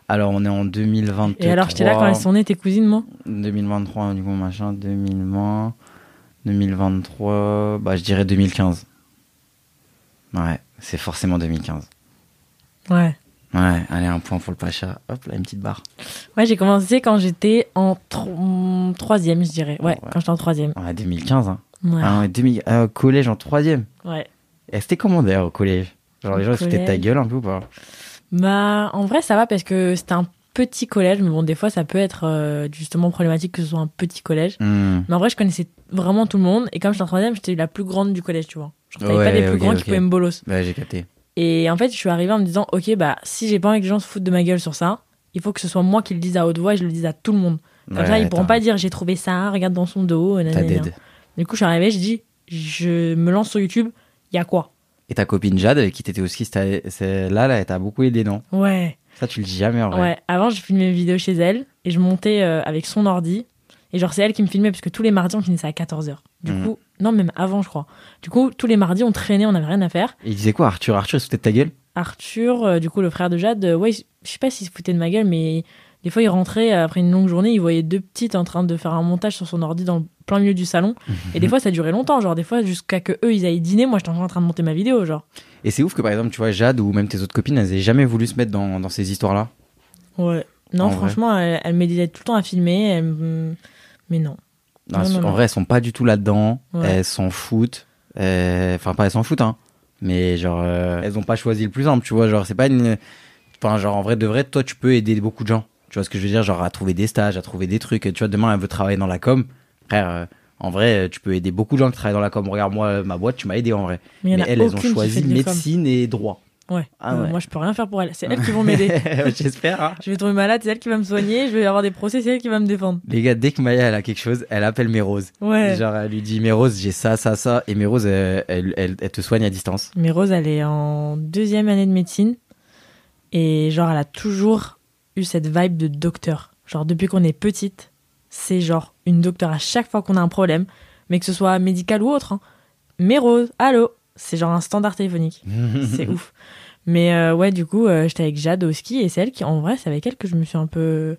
[SPEAKER 2] Alors, on est en 2023.
[SPEAKER 1] Et alors, j'étais là quand elles sont nées, tes cousines, moi
[SPEAKER 2] 2023, du coup, machin, 2020, 2023, bah, je dirais 2015. Ouais, c'est forcément 2015.
[SPEAKER 1] Ouais.
[SPEAKER 2] Ouais, allez, un point pour le Pacha. Hop, là, une petite barre.
[SPEAKER 1] Ouais, j'ai commencé quand j'étais en tro- mm, troisième, je dirais. Ouais,
[SPEAKER 2] Ouais.
[SPEAKER 1] quand j'étais en troisième.
[SPEAKER 2] Ouais, 2015, hein.
[SPEAKER 1] Ouais.
[SPEAKER 2] Ah, ouais, 2000, euh, collège en troisième.
[SPEAKER 1] ouais.
[SPEAKER 2] Et c'était comment d'ailleurs au collège Genre les
[SPEAKER 1] Au
[SPEAKER 2] gens ils se foutaient de ta
[SPEAKER 1] collège.
[SPEAKER 2] gueule un peu ou pas
[SPEAKER 1] Bah, en vrai, ça va parce que c'était un petit collège, mais bon, des fois, ça peut être euh, justement problématique que ce soit un petit collège.
[SPEAKER 2] Hmm.
[SPEAKER 1] Mais en vrai, je connaissais vraiment tout le monde. Et comme j'étais en troisième, j'étais la plus grande du collège, tu vois. Genre, t'avais pas
[SPEAKER 2] Ouais,
[SPEAKER 1] les plus
[SPEAKER 2] ok,
[SPEAKER 1] grands qui
[SPEAKER 2] ok.
[SPEAKER 1] pouvaient me bolos.
[SPEAKER 2] Ouais, j'ai capté.
[SPEAKER 1] Et en fait, je suis arrivée en me disant, ok, bah, si j'ai pas envie que les gens se foutent de ma gueule sur ça, il faut que ce soit moi qui le dise à haute voix et je le dise à tout le monde. Comme ça, ils pourront pas dire, j'ai trouvé ça, regarde dans son dos.
[SPEAKER 2] T'as
[SPEAKER 1] nanana.
[SPEAKER 2] dead.
[SPEAKER 1] Du coup, je suis arrivée, je dis, je me lance sur YouTube, y a quoi
[SPEAKER 2] Et ta copine Jade avec qui t'étais au ski, c'était- c'est- là, là, elle t'a beaucoup aidé, non
[SPEAKER 1] Ouais.
[SPEAKER 2] Ça, tu le dis jamais en
[SPEAKER 1] Ouais.
[SPEAKER 2] vrai.
[SPEAKER 1] avant je filmais mes vidéos chez elle et je montais euh, avec son ordi. Et genre c'est elle qui me filmait parce que tous les mardis on finissait à 14h. Du
[SPEAKER 2] Mhm.
[SPEAKER 1] coup, non même avant je crois. Du coup, tous les mardis on traînait, on n'avait rien à faire.
[SPEAKER 2] Et il disait quoi, Arthur Arthur, il se foutait de ta gueule
[SPEAKER 1] Arthur, euh, du coup le frère de Jade, euh, ouais, je sais pas s'il se foutait de ma gueule mais Des fois, il rentrait après une longue journée, il voyait deux petites en train de faire un montage sur son ordi dans le plein milieu du salon. Et des fois, ça durait longtemps. Genre, des fois, jusqu'à que eux, ils aillent dîner, moi, j'étais encore en train de monter ma vidéo. Genre,
[SPEAKER 2] Et c'est ouf que par exemple, tu vois, Jade ou même tes autres copines, elles aient jamais voulu se mettre dans, dans ces histoires-là.
[SPEAKER 1] ouais. Non,
[SPEAKER 2] En vrai.
[SPEAKER 1] franchement, elle, elle m'aidait tout le temps à filmer. elle me- Mais non.
[SPEAKER 2] Non,
[SPEAKER 1] Non,
[SPEAKER 2] elles-
[SPEAKER 1] non,
[SPEAKER 2] en
[SPEAKER 1] non.
[SPEAKER 2] vrai, elles sont pas du tout là-dedans.
[SPEAKER 1] Ouais.
[SPEAKER 2] Elles s'en foutent. Euh, Enfin, pas elles s'en foutent, hein. Mais genre, euh, elles ont pas choisi le plus simple, tu vois. Genre, c'est pas une. Enfin, genre, en vrai, de vrai, toi, tu peux aider beaucoup de gens. Tu vois ce que je veux dire Genre, à trouver des stages, à trouver des trucs. Tu vois, demain, elle veut travailler dans la com. Frère, euh, en vrai, tu peux aider beaucoup de gens qui travaillent dans la com. Regarde, moi, ma boîte, tu m'as aidé en vrai.
[SPEAKER 1] Mais, il y en
[SPEAKER 2] Mais
[SPEAKER 1] a
[SPEAKER 2] elles, elles ont
[SPEAKER 1] aucune qui fait
[SPEAKER 2] choisi
[SPEAKER 1] de l'effort.
[SPEAKER 2] médecine
[SPEAKER 1] [laughs]
[SPEAKER 2] et droit.
[SPEAKER 1] Ouais.
[SPEAKER 2] Ah
[SPEAKER 1] Euh,
[SPEAKER 2] ouais.
[SPEAKER 1] Moi, je peux rien faire pour elles. C'est elles qui
[SPEAKER 2] [laughs]
[SPEAKER 1] vont m'aider.
[SPEAKER 2] J'espère, hein.
[SPEAKER 1] je vais tomber malade, c'est elle qui va me soigner. Je vais avoir des procès, c'est elle qui va me défendre.
[SPEAKER 2] Les gars, dès que Maya elle a quelque chose, elle appelle Mérose.
[SPEAKER 1] Ouais.
[SPEAKER 2] Genre, elle lui dit Mérose, j'ai ça, ça, ça. Et Mérose, elle, elle, elle- elle te soigne à distance.
[SPEAKER 1] Mais Rose, elle est en deuxième année de médecine. Et genre, elle a toujours eu cette vibe de docteur. Genre, depuis qu'on est petite, c'est genre une docteur à chaque fois qu'on a un problème, mais que ce soit médical ou autre. hein. Mais Rose, allô C'est genre un standard téléphonique.
[SPEAKER 2] Mhm.
[SPEAKER 1] C'est ouf. Mais euh, ouais, du coup, euh, j'étais avec Jade au ski et c'est elle qui, en vrai, c'est avec elle que je me suis un peu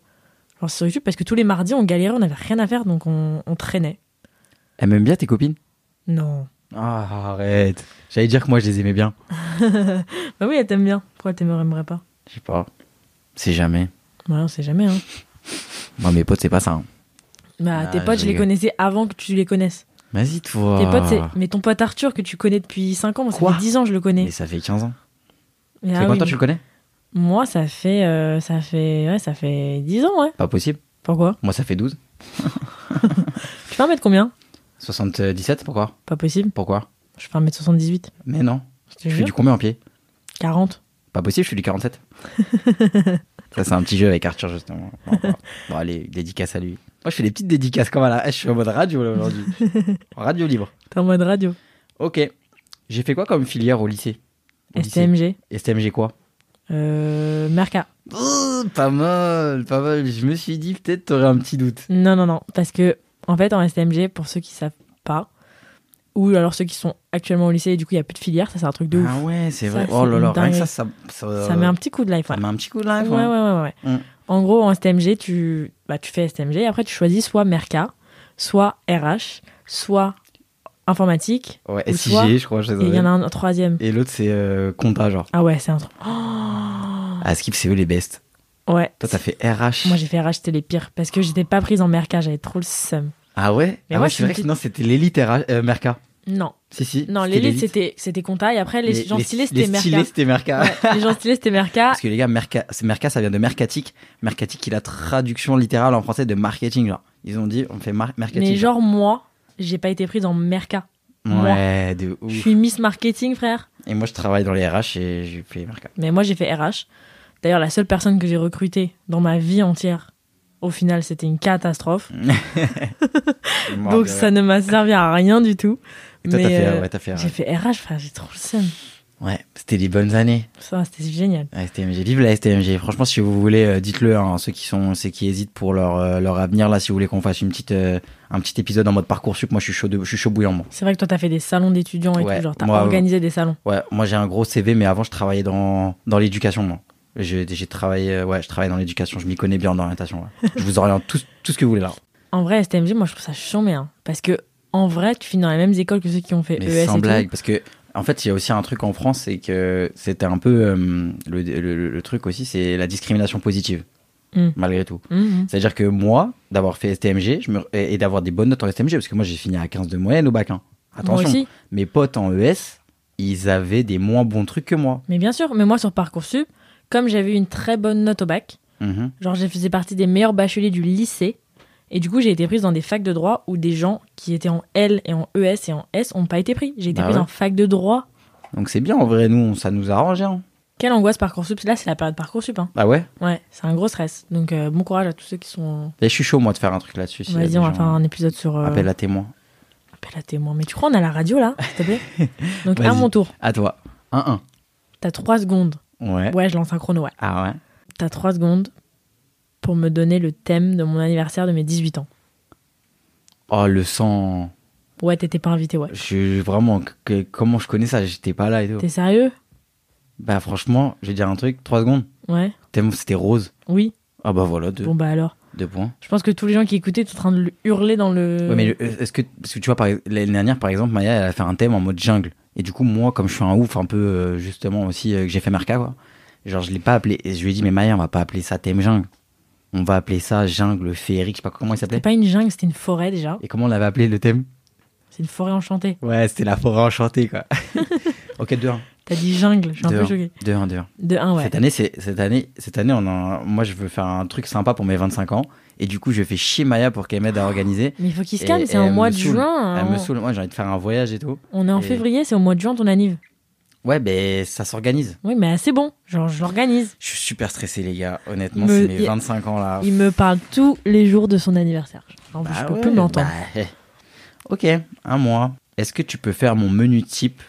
[SPEAKER 1] lancée sur YouTube parce que tous les mardis, on galérait, on n'avait rien à faire, donc on, on traînait.
[SPEAKER 2] Elle m'aime bien tes copines
[SPEAKER 1] Non.
[SPEAKER 2] Ah, arrête. J'allais dire que moi, je les aimais bien.
[SPEAKER 1] Bah oui, elle t'aime bien. Pourquoi elle t'aimerait pas
[SPEAKER 2] Je sais pas. C'est jamais.
[SPEAKER 1] Ouais, on sait jamais, hein.
[SPEAKER 2] Moi, mes potes, c'est pas ça. hein.
[SPEAKER 1] Bah,
[SPEAKER 2] Ah,
[SPEAKER 1] tes potes,
[SPEAKER 2] je
[SPEAKER 1] je les
[SPEAKER 2] rigole.
[SPEAKER 1] connaissais avant que tu les connaisses.
[SPEAKER 2] Vas-y, toi.
[SPEAKER 1] Tes potes, c'est. Mais ton pote Arthur, que tu connais depuis 5 ans, moi, ça
[SPEAKER 2] Quoi
[SPEAKER 1] fait 10 ans que je le connais.
[SPEAKER 2] Mais ça fait 15 ans.
[SPEAKER 1] Mais
[SPEAKER 2] Ça
[SPEAKER 1] ah
[SPEAKER 2] fait combien
[SPEAKER 1] oui,
[SPEAKER 2] de temps que tu le connais
[SPEAKER 1] Moi, ça fait, euh, ça, fait... Ouais, ça fait 10 ans, ouais.
[SPEAKER 2] Pas possible.
[SPEAKER 1] Pourquoi
[SPEAKER 2] Moi, ça fait 12.
[SPEAKER 1] Tu fais 1m combien
[SPEAKER 2] 77, pourquoi
[SPEAKER 1] Pas possible.
[SPEAKER 2] Pourquoi
[SPEAKER 1] Je fais 1m78.
[SPEAKER 2] Mais non.
[SPEAKER 1] Je te
[SPEAKER 2] Je fais
[SPEAKER 1] jure.
[SPEAKER 2] du combien en pied
[SPEAKER 1] 40.
[SPEAKER 2] Pas possible, je suis du 47. ça, c'est un petit jeu avec Arthur, justement. Bon, bon. Bon, allez, dédicace à lui. Moi, je fais des petites dédicaces comme à la. Je suis en mode radio là, aujourd'hui. En radio libre.
[SPEAKER 1] T'es en mode radio.
[SPEAKER 2] Ok. J'ai fait quoi comme filière au lycée Au lycée.
[SPEAKER 1] STMG.
[SPEAKER 2] STMG quoi
[SPEAKER 1] Euh, Merca.
[SPEAKER 2] Oh, Pas mal, pas mal. Je me suis dit, peut-être, t'aurais un petit doute.
[SPEAKER 1] Non, non, non. Parce que, en fait, en STMG, pour ceux qui savent pas, ou alors ceux qui sont actuellement au lycée et du coup, il n'y a plus de filière, ça, c'est un truc de ouf.
[SPEAKER 2] Ah ouais, c'est
[SPEAKER 1] Ça,
[SPEAKER 2] vrai.
[SPEAKER 1] c'est
[SPEAKER 2] Oh là là, rien que
[SPEAKER 1] dingue.
[SPEAKER 2] ça, ça, ça,
[SPEAKER 1] Ça met un petit coup de life, ouais.
[SPEAKER 2] ça met un petit coup de live.
[SPEAKER 1] Ouais, ouais, ouais. ouais.
[SPEAKER 2] Mm.
[SPEAKER 1] En gros, en STMG, tu, bah, tu fais STMG et après, tu choisis soit Merca, soit RH, soit informatique.
[SPEAKER 2] ouais.
[SPEAKER 1] Ou
[SPEAKER 2] SIG,
[SPEAKER 1] soit-
[SPEAKER 2] je crois. je sais
[SPEAKER 1] Et il y en a
[SPEAKER 2] pas.
[SPEAKER 1] un, un troisième.
[SPEAKER 2] Et l'autre, c'est euh, compta, genre.
[SPEAKER 1] Ah ouais, c'est un truc.
[SPEAKER 2] Ah, Skip, c'est eux les best.
[SPEAKER 1] Ouais.
[SPEAKER 2] Toi, t'as fait RH.
[SPEAKER 1] Moi, j'ai fait RH, c'était les pires parce que j'étais pas prise en Merca, j'avais trop le seum.
[SPEAKER 2] Ah ouais
[SPEAKER 1] Mais
[SPEAKER 2] Ah
[SPEAKER 1] moi, je
[SPEAKER 2] ouais, c'est
[SPEAKER 1] suis
[SPEAKER 2] vrai
[SPEAKER 1] une
[SPEAKER 2] que non, c'était l'élite RH, euh, Merca.
[SPEAKER 1] Non,
[SPEAKER 2] Si, si.
[SPEAKER 1] non,
[SPEAKER 2] c'était
[SPEAKER 1] l'élite, c'était, c'était compta et après, les, gens stylés, c'était
[SPEAKER 2] Les
[SPEAKER 1] Merca.
[SPEAKER 2] stylés, c'était Merca.
[SPEAKER 1] Ouais,
[SPEAKER 2] [laughs]
[SPEAKER 1] les gens stylés, c'était Merca.
[SPEAKER 2] Parce que les gars, Merca, c'est Merca, ça vient de mercatique. Mercatique, qui est la traduction littérale en français de marketing. Genre. Ils ont dit, on fait mar- mercatique.
[SPEAKER 1] Mais genre, moi, j'ai pas été prise en Merca. moi.
[SPEAKER 2] ouais, de
[SPEAKER 1] Je
[SPEAKER 2] ouf.
[SPEAKER 1] suis Miss Marketing, frère.
[SPEAKER 2] Et moi, je travaille dans les RH et j'ai fait Merca.
[SPEAKER 1] Mais moi, j'ai fait RH. D'ailleurs, la seule personne que j'ai recrutée dans ma vie entière, au final, c'était une catastrophe.
[SPEAKER 2] Je me rappelle.
[SPEAKER 1] Donc, ça ne m'a servi à rien du tout.
[SPEAKER 2] euh, Et toi, t'as
[SPEAKER 1] mais,
[SPEAKER 2] fait,
[SPEAKER 1] euh,
[SPEAKER 2] ouais, t'as fait RH.
[SPEAKER 1] J'ai fait RH, frère, j'ai trop le seum.
[SPEAKER 2] Ouais, c'était les bonnes années.
[SPEAKER 1] Ça, c'était génial.
[SPEAKER 2] La STMG, vive la STMG. Franchement, si vous voulez, euh, dites-le. hein, ceux qui sont, ceux qui hésitent pour leur euh, leur avenir, là, si vous voulez qu'on fasse une petite euh, un petit épisode en mode parcours sup, moi, je suis chaud, de, je suis chaud bouillant. Moi.
[SPEAKER 1] C'est vrai que toi, t'as fait des salons d'étudiants et
[SPEAKER 2] Ouais,
[SPEAKER 1] tout. Genre, t'as
[SPEAKER 2] moi,
[SPEAKER 1] organisé des salons.
[SPEAKER 2] Ouais, moi, j'ai un gros CV, mais avant, je travaillais dans dans l'éducation. Moi, Je- j'ai travaillé, euh, ouais, je travaille dans l'éducation. Je m'y connais bien en orientation. ouais. je vous oriente tout tout ce que vous voulez là.
[SPEAKER 1] En vrai, STMG, moi, je trouve ça chambé. hein. parce que, en vrai, tu finis dans les mêmes écoles que ceux qui ont fait
[SPEAKER 2] Mais
[SPEAKER 1] ES. et
[SPEAKER 2] sans
[SPEAKER 1] tout.
[SPEAKER 2] blague, parce que en fait, il y a aussi un truc en France, c'est que c'était un peu euh, le, le- le truc aussi, c'est la discrimination positive,
[SPEAKER 1] Mm.
[SPEAKER 2] malgré tout.
[SPEAKER 1] Mhm.
[SPEAKER 2] C'est-à-dire que moi, d'avoir fait STMG je me... et et d'avoir des bonnes notes en STMG, parce que moi j'ai fini à 15 de moyenne au bac 1.
[SPEAKER 1] Moi
[SPEAKER 2] Attention,
[SPEAKER 1] aussi.
[SPEAKER 2] mes potes en ES, ils avaient des moins bons trucs que moi.
[SPEAKER 1] Mais bien sûr, mais moi, sur Parcoursup, comme j'avais eu une très bonne note au bac,
[SPEAKER 2] Mhm.
[SPEAKER 1] Genre, je faisais partie des meilleurs bacheliers du lycée. Et du coup, j'ai été prise dans des facs de droit où des gens qui étaient en L et en ES et en S n'ont pas été pris. J'ai été
[SPEAKER 2] Bah
[SPEAKER 1] prise
[SPEAKER 2] ouais.
[SPEAKER 1] en fac de droit.
[SPEAKER 2] Donc c'est bien en vrai, nous, on- ça nous arrange. Hein.
[SPEAKER 1] Quelle angoisse Parcoursup. Là, c'est la période Parcoursup. Hein.
[SPEAKER 2] Ah ouais
[SPEAKER 1] Ouais, c'est un gros stress. Donc, euh, bon courage à tous ceux qui sont.
[SPEAKER 2] Et Je suis chaud moi de faire un truc là-dessus. s'il y a
[SPEAKER 1] Vas-y,
[SPEAKER 2] des
[SPEAKER 1] on va
[SPEAKER 2] gens-
[SPEAKER 1] faire un épisode sur. euh,
[SPEAKER 2] Appel à témoin.
[SPEAKER 1] appel à témoins. Mais tu crois, on a la radio là, s'il te
[SPEAKER 2] [laughs]
[SPEAKER 1] plaît Donc, à
[SPEAKER 2] Vas-y.
[SPEAKER 1] mon tour.
[SPEAKER 2] À toi. 1-1.
[SPEAKER 1] T'as 3 secondes.
[SPEAKER 2] Ouais.
[SPEAKER 1] Ouais, je lance un chrono, ouais.
[SPEAKER 2] Ah ouais
[SPEAKER 1] T'as 3 secondes pour me donner le thème de mon anniversaire de mes 18 ans.
[SPEAKER 2] Oh, le sang.
[SPEAKER 1] Ouais, t'étais pas invité, ouais.
[SPEAKER 2] Je, vraiment, que- que- comment je connais ça J'étais pas là et tout.
[SPEAKER 1] T'es sérieux
[SPEAKER 2] Bah franchement, je vais dire un truc, 3 secondes.
[SPEAKER 1] Ouais.
[SPEAKER 2] Tellement c'était rose.
[SPEAKER 1] Oui.
[SPEAKER 2] Ah bah voilà, deux,
[SPEAKER 1] Bon, bah alors.
[SPEAKER 2] deux points.
[SPEAKER 1] Je pense que tous les gens qui écoutaient étaient en train de le hurler dans le.
[SPEAKER 2] Ouais, mais le- euh, est-ce que, parce que tu vois, par ex- l'année dernière, par exemple, Maya, elle a fait un thème en mode jungle. Et du coup, moi, comme je suis un ouf, un peu, euh, justement, aussi, euh, que j'ai fait Merca, quoi. Genre, je l'ai pas appelé. Et je lui ai dit, mais Maya, on va pas appeler ça thème jungle. On va appeler ça jungle féerique. Je sais pas comment il
[SPEAKER 1] C'était
[SPEAKER 2] s'appelait.
[SPEAKER 1] pas une jungle, c'était une forêt déjà.
[SPEAKER 2] Et comment on l'avait appelé le thème
[SPEAKER 1] C'est une forêt enchantée.
[SPEAKER 2] Ouais, c'était la forêt
[SPEAKER 1] [laughs]
[SPEAKER 2] enchantée, quoi. ok, 2-1.
[SPEAKER 1] T'as dit jungle, je suis un peu
[SPEAKER 2] 2-1,
[SPEAKER 1] choquée.
[SPEAKER 2] 2-1, 2-1.
[SPEAKER 1] De 1, ouais.
[SPEAKER 2] Cette année, c'est cette année, cette année, on en- moi, je veux faire un truc sympa pour mes 25 ans. Et du coup, je fais chier Maya pour qu'elle m'aide à organiser.
[SPEAKER 1] Mais il faut qu'il se
[SPEAKER 2] Et-
[SPEAKER 1] calme, c'est
[SPEAKER 2] et
[SPEAKER 1] au
[SPEAKER 2] elle
[SPEAKER 1] mois
[SPEAKER 2] me
[SPEAKER 1] de
[SPEAKER 2] saoule.
[SPEAKER 1] juin.
[SPEAKER 2] Elle
[SPEAKER 1] hein.
[SPEAKER 2] me saoule. Moi, j'ai envie de faire un voyage et tout.
[SPEAKER 1] On est en
[SPEAKER 2] Et-
[SPEAKER 1] février, c'est au mois de juin ton anniv.
[SPEAKER 2] Ouais, ben ça s'organise.
[SPEAKER 1] Oui, mais c'est bon, genre je l'organise.
[SPEAKER 2] Je suis super stressé, les gars. Honnêtement,
[SPEAKER 1] Me-
[SPEAKER 2] c'est mes
[SPEAKER 1] y-
[SPEAKER 2] 25 ans là.
[SPEAKER 1] Il me parle tous les jours de son anniversaire. Genre,
[SPEAKER 2] Ah. Bah
[SPEAKER 1] je peux
[SPEAKER 2] ouais,
[SPEAKER 1] plus m'entendre.
[SPEAKER 2] bah, eh. ok, un mois. Est-ce que tu peux faire mon menu type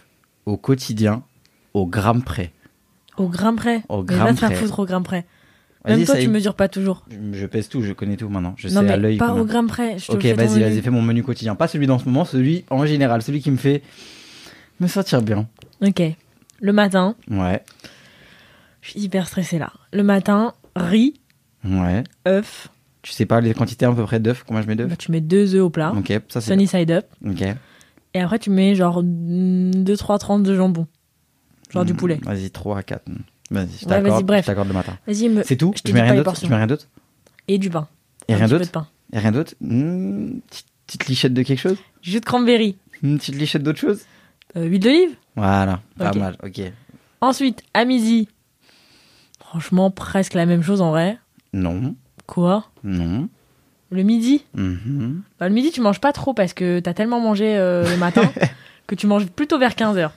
[SPEAKER 2] au quotidien, au gramme près
[SPEAKER 1] Au grain près.
[SPEAKER 2] bah. Au
[SPEAKER 1] mais
[SPEAKER 2] grain
[SPEAKER 1] va te faire
[SPEAKER 2] près.
[SPEAKER 1] foutre au grain près.
[SPEAKER 2] Vas-y,
[SPEAKER 1] Même toi,
[SPEAKER 2] ça y-
[SPEAKER 1] tu mesures pas toujours.
[SPEAKER 2] je, je pèse tout, je connais tout maintenant. Je
[SPEAKER 1] Non,
[SPEAKER 2] sais à l'œil.
[SPEAKER 1] mais pas
[SPEAKER 2] combien.
[SPEAKER 1] au grain près. Je te le
[SPEAKER 2] Ok,
[SPEAKER 1] fais dans
[SPEAKER 2] vas-y,
[SPEAKER 1] le-
[SPEAKER 2] vas-y, fais mon menu quotidien. Pas celui d'en ce moment, celui en général, celui qui me fait me sentir bien.
[SPEAKER 1] Ok. Le matin,
[SPEAKER 2] Ouais,
[SPEAKER 1] je suis hyper stressée là. Le matin, riz,
[SPEAKER 2] ouais.
[SPEAKER 1] œuf.
[SPEAKER 2] Tu sais pas les quantités à peu près d'œufs, combien je mets d'œufs
[SPEAKER 1] Bah, tu mets deux œufs au plat,
[SPEAKER 2] Ok, ça c'est.
[SPEAKER 1] sunny side up.
[SPEAKER 2] Ok.
[SPEAKER 1] Et après, tu mets genre 2-3 tranches de jambon. Genre du
[SPEAKER 2] Hmm,
[SPEAKER 1] poulet.
[SPEAKER 2] Vas-y, 3 à 4. Vas-y, je
[SPEAKER 1] Ouais, vas-y,
[SPEAKER 2] t'accorde
[SPEAKER 1] bref.
[SPEAKER 2] je t'accorde le matin.
[SPEAKER 1] Vas-y, me...
[SPEAKER 2] C'est tout
[SPEAKER 1] Je t'ai
[SPEAKER 2] Tu
[SPEAKER 1] dit
[SPEAKER 2] mets
[SPEAKER 1] pas
[SPEAKER 2] rien
[SPEAKER 1] les
[SPEAKER 2] d'autre
[SPEAKER 1] portions.
[SPEAKER 2] Tu mets rien d'autre
[SPEAKER 1] et du pain.
[SPEAKER 2] Et
[SPEAKER 1] Un
[SPEAKER 2] rien
[SPEAKER 1] petit peu
[SPEAKER 2] d'autre
[SPEAKER 1] de pain.
[SPEAKER 2] Et rien d'autre Hmm, petite- Petite lichette de quelque chose
[SPEAKER 1] Jus de cranberry,
[SPEAKER 2] Une petite lichette d'autre chose
[SPEAKER 1] euh, huile d'olive.
[SPEAKER 2] Voilà, pas
[SPEAKER 1] Ok.
[SPEAKER 2] mal, ok.
[SPEAKER 1] Ensuite, à midi, franchement, presque la même chose en vrai.
[SPEAKER 2] Non,
[SPEAKER 1] Quoi
[SPEAKER 2] non.
[SPEAKER 1] Le midi
[SPEAKER 2] mhm.
[SPEAKER 1] Bah, Le midi, tu manges pas trop parce que t'as tellement mangé euh, le
[SPEAKER 2] [laughs]
[SPEAKER 1] matin que tu manges plutôt vers 15h.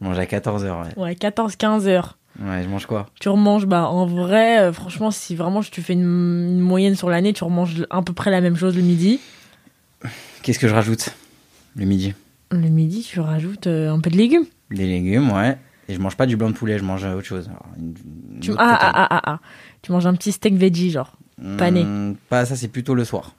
[SPEAKER 2] Je mange à 14h, ouais.
[SPEAKER 1] Ouais, 14-15h.
[SPEAKER 2] Ouais, je mange quoi
[SPEAKER 1] Tu remanges, bah en vrai, euh, franchement, si vraiment tu fais une, une moyenne sur l'année, tu remanges à peu près la même chose le midi.
[SPEAKER 2] Qu'est-ce que je rajoute Le midi.
[SPEAKER 1] Le midi, tu rajoutes euh, un peu de légumes.
[SPEAKER 2] Des légumes, ouais. Et je mange pas du blanc de poulet, je mange euh, autre chose. Alors, une- une
[SPEAKER 1] Tu...
[SPEAKER 2] autre
[SPEAKER 1] Ah, ah,
[SPEAKER 2] protéine.
[SPEAKER 1] ah, ah, ah. Tu manges un petit steak veggie, genre. pané.
[SPEAKER 2] Hmm, pas ça, c'est plutôt le soir.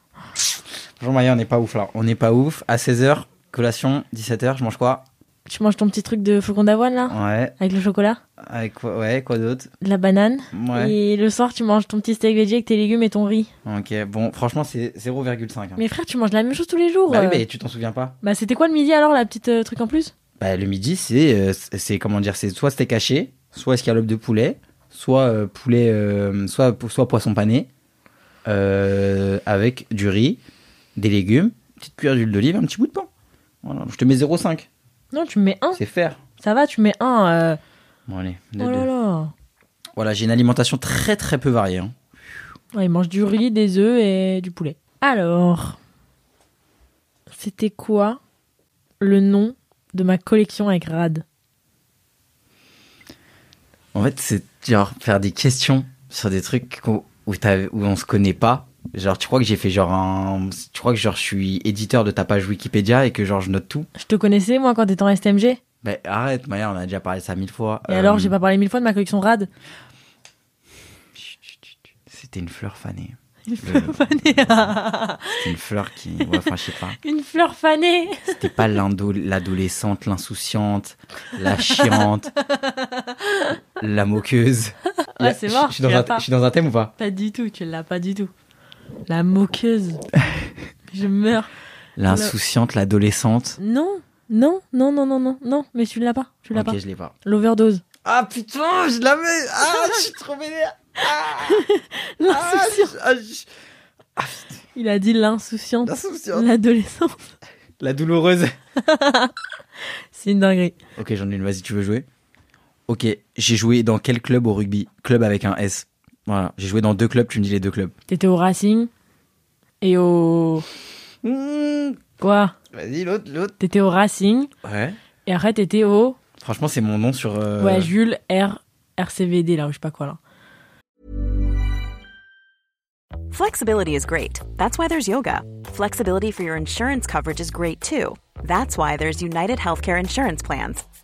[SPEAKER 2] Bonjour Maya, on n'est pas ouf là. On n'est pas ouf. À 16h, collation, 17h, je mange quoi
[SPEAKER 1] Tu manges ton petit truc de faucon d'avoine, là
[SPEAKER 2] Ouais.
[SPEAKER 1] Avec le chocolat,
[SPEAKER 2] Avec quoi, ouais, quoi d'autre
[SPEAKER 1] de la banane.
[SPEAKER 2] Ouais.
[SPEAKER 1] Et le soir, tu manges ton petit steak veggie avec tes légumes et ton riz.
[SPEAKER 2] Ok, bon, franchement, c'est 0,5. hein.
[SPEAKER 1] Mais frère, tu manges la même chose tous les jours.
[SPEAKER 2] Bah oui,
[SPEAKER 1] euh.
[SPEAKER 2] mais tu t'en souviens pas
[SPEAKER 1] Bah, c'était quoi le midi alors, la petite euh, truc en plus
[SPEAKER 2] Bah, le midi, c'est euh, c'est- c'est comment dire C'est soit steak haché, soit escalope de poulet, soit euh, poulet, euh, soit soit poisson pané, euh, avec du riz, des légumes, petite cuillère d'huile d'olive, un petit bout de pain. Voilà, je te mets 0,5.
[SPEAKER 1] Non, tu mets un.
[SPEAKER 2] C'est faire.
[SPEAKER 1] Ça va, tu mets un. euh.
[SPEAKER 2] Bon allez, deux,
[SPEAKER 1] Oh là
[SPEAKER 2] deux.
[SPEAKER 1] là.
[SPEAKER 2] Voilà, j'ai une alimentation très très peu variée. hein.
[SPEAKER 1] Ouais, il mange du riz, des œufs et du poulet. Alors, c'était quoi le nom de ma collection avec Rad
[SPEAKER 2] En fait, c'est genre faire des questions sur des trucs qu'on- où, t'as- où on se connaît pas. Genre, tu crois que j'ai fait genre un. Tu crois que genre je suis éditeur de ta page Wikipédia et que genre je note tout
[SPEAKER 1] Je te connaissais, moi, quand t'étais en STMG Et
[SPEAKER 2] Bah arrête, Maya, on a déjà parlé de ça mille fois. Euh,
[SPEAKER 1] alors, j'ai pas parlé mille fois de ma collection Rad
[SPEAKER 2] chut, chut, chut, chut. C'était une
[SPEAKER 1] [laughs]
[SPEAKER 2] fleur fanée.
[SPEAKER 1] Une
[SPEAKER 2] fleur
[SPEAKER 1] fleur fanée. hein.
[SPEAKER 2] C'était une fleur qui. Ouais, enfin, je sais pas.
[SPEAKER 1] Une fleur fanée.
[SPEAKER 2] C'était pas l'ado- l'adolescente, l'insouciante,
[SPEAKER 1] [laughs]
[SPEAKER 2] la chiante, la moqueuse.
[SPEAKER 1] Ouais,
[SPEAKER 2] Là,
[SPEAKER 1] c'est
[SPEAKER 2] je-
[SPEAKER 1] mort,
[SPEAKER 2] Je suis dans
[SPEAKER 1] tu l'as
[SPEAKER 2] un-
[SPEAKER 1] pas.
[SPEAKER 2] je suis dans un thème ou pas
[SPEAKER 1] Pas du tout, tu l'as pas du tout. La moqueuse.
[SPEAKER 2] [laughs]
[SPEAKER 1] je meurs.
[SPEAKER 2] L'insouciante, l'adolescente.
[SPEAKER 1] Non, non, non, non, non, non, non, mais tu l'as pas, tu l'as
[SPEAKER 2] Ok,
[SPEAKER 1] pas.
[SPEAKER 2] je l'ai pas.
[SPEAKER 1] L'overdose.
[SPEAKER 2] Ah putain, je l'avais Ah, je suis trop
[SPEAKER 1] [laughs]
[SPEAKER 2] vénère Ah,
[SPEAKER 1] L'insouciant.
[SPEAKER 2] je- ah, je- ah, putain,
[SPEAKER 1] Il a dit l'insouciante.
[SPEAKER 2] L'insouciante.
[SPEAKER 1] L'adolescent.
[SPEAKER 2] La douloureuse.
[SPEAKER 1] C'est une dinguerie.
[SPEAKER 2] Ok, j'en ai une, vas-y, tu veux jouer Ok, j'ai joué dans quel club au rugby Club avec un S. Voilà, j'ai joué dans deux clubs, tu me dis les deux clubs.
[SPEAKER 1] T'étais au Racing et au. Quoi
[SPEAKER 2] Hmm, vas-y, l'autre, l'autre.
[SPEAKER 1] T'étais au Racing
[SPEAKER 2] Ouais.
[SPEAKER 1] et après t'étais au.
[SPEAKER 2] Franchement, c'est mon nom sur. euh,
[SPEAKER 1] Ouais, Jules R. RCVD là, ou je sais pas quoi là.
[SPEAKER 3] Flexibility is great. That's why there's yoga. Flexibility for your insurance coverage is great too. That's why there's United Healthcare Insurance Plans.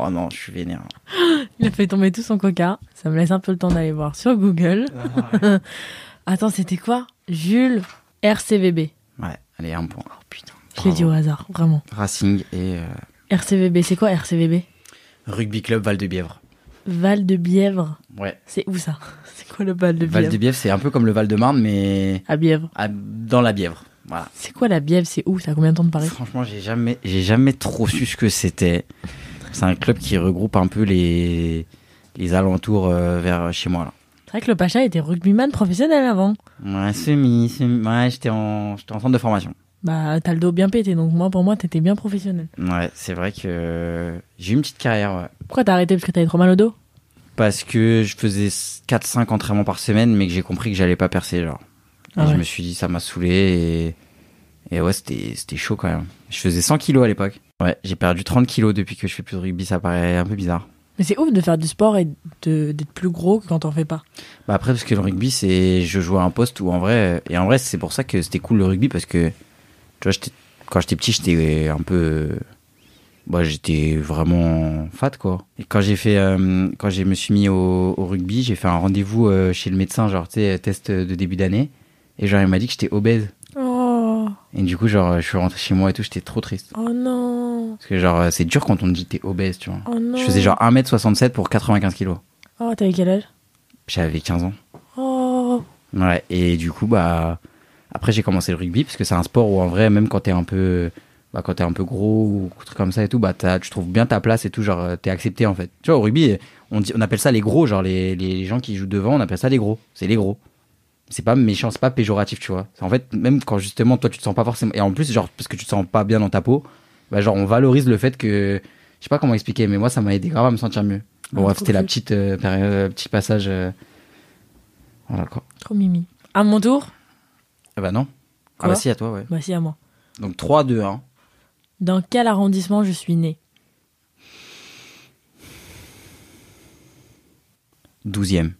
[SPEAKER 2] Oh non, je suis vénère.
[SPEAKER 1] Il a fait tomber tout son coca. Ça me laisse un peu le temps d'aller voir sur Google. Ah, [laughs] Attends, c'était quoi Jules RCVB.
[SPEAKER 2] Ouais, allez, un point. Oh putain.
[SPEAKER 1] Je l'ai dit au hasard, vraiment.
[SPEAKER 2] Racing et euh,
[SPEAKER 1] RCVB, c'est quoi RCVB
[SPEAKER 2] Rugby Club Val-de-Bièvre.
[SPEAKER 1] Val de Bièvre.
[SPEAKER 2] Ouais.
[SPEAKER 1] C'est où ça [laughs] C'est quoi le Val de Bièvre
[SPEAKER 2] Val-de-Bièvre, c'est un peu comme le Val-de-Marne, mais
[SPEAKER 1] À Bièvre.
[SPEAKER 2] à- dans la Bièvre. Voilà.
[SPEAKER 1] C'est quoi la Bièvre C'est où Ça a combien de temps de Paris
[SPEAKER 2] Franchement, j'ai jamais, j'ai jamais trop su ce que c'était. C'est un club qui regroupe un peu les, les alentours euh, vers chez moi. Là.
[SPEAKER 1] C'est vrai que le Pacha était rugbyman professionnel avant.
[SPEAKER 2] Ouais, semi, semi. Ouais, j'étais en, j'étais en centre de formation.
[SPEAKER 1] Bah, t'as le dos bien pété, donc moi, pour moi, t'étais bien professionnel.
[SPEAKER 2] Ouais, c'est vrai que j'ai eu une petite carrière, ouais.
[SPEAKER 1] Pourquoi t'as arrêté Parce que t'avais trop mal au dos
[SPEAKER 2] Parce que je faisais 4-5 entraînements par semaine, mais que j'ai compris que j'allais pas percer, genre. Et
[SPEAKER 1] Ah ouais.
[SPEAKER 2] je me suis dit, ça m'a saoulé, et, et ouais, c'était c'était chaud quand même. Je faisais 100 kilos à l'époque. Ouais, j'ai perdu 30 kilos depuis que je fais plus de rugby, ça paraît un peu bizarre.
[SPEAKER 1] Mais c'est ouf de faire du sport et de- d'être plus gros que quand t'en fais pas.
[SPEAKER 2] Bah après, parce que le rugby, c'est, je jouais à un poste où en vrai, et en vrai, c'est pour ça que c'était cool le rugby, parce que, tu vois, j'étais- quand j'étais petit, j'étais un peu, bah, j'étais vraiment fat, quoi. Et quand j'ai fait, euh, quand je me suis mis au, au rugby, j'ai fait un rendez-vous euh, chez le médecin, genre, tu sais, test de début d'année, et genre, il m'a dit que j'étais obèse.
[SPEAKER 1] Oh,
[SPEAKER 2] Et du coup, genre, je suis rentré chez moi et tout, j'étais trop triste.
[SPEAKER 1] oh non,
[SPEAKER 2] Parce que, genre, c'est dur quand on te dit que t'es obèse, tu vois.
[SPEAKER 1] oh non.
[SPEAKER 2] Je faisais genre 1m67 pour 95 kilos.
[SPEAKER 1] Oh, t'avais quel âge
[SPEAKER 2] J'avais 15 ans.
[SPEAKER 1] Oh,
[SPEAKER 2] Ouais, et du coup, bah, après j'ai commencé le rugby parce que c'est un sport où en vrai, même quand t'es un peu, bah, quand t'es un peu gros ou un truc comme ça et tout, bah, t'as- tu trouves bien ta place et tout, genre, euh, t'es accepté en fait. Tu vois, au rugby, on, dit, on appelle ça les gros, genre les, les gens qui jouent devant, on appelle ça les gros. C'est les gros. C'est pas méchant, c'est pas péjoratif, tu vois. En fait, même quand justement toi tu te sens pas forcément, et en plus, genre, parce que tu te sens pas bien dans ta peau, bah, genre, on valorise le fait que, je sais pas comment expliquer, mais moi ça m'a aidé grave à me sentir mieux. Bon,
[SPEAKER 1] Ah,
[SPEAKER 2] bref,
[SPEAKER 1] trop
[SPEAKER 2] c'était la
[SPEAKER 1] cool.
[SPEAKER 2] petite euh, période, petit passage. euh, Voilà quoi.
[SPEAKER 1] trop mimi. À mon tour
[SPEAKER 2] Ah bah non.
[SPEAKER 1] Quoi
[SPEAKER 2] ah bah si, à toi, ouais.
[SPEAKER 1] Bah si, à moi.
[SPEAKER 2] Donc 3, 2, 1.
[SPEAKER 1] Dans quel arrondissement je suis né
[SPEAKER 2] 12e.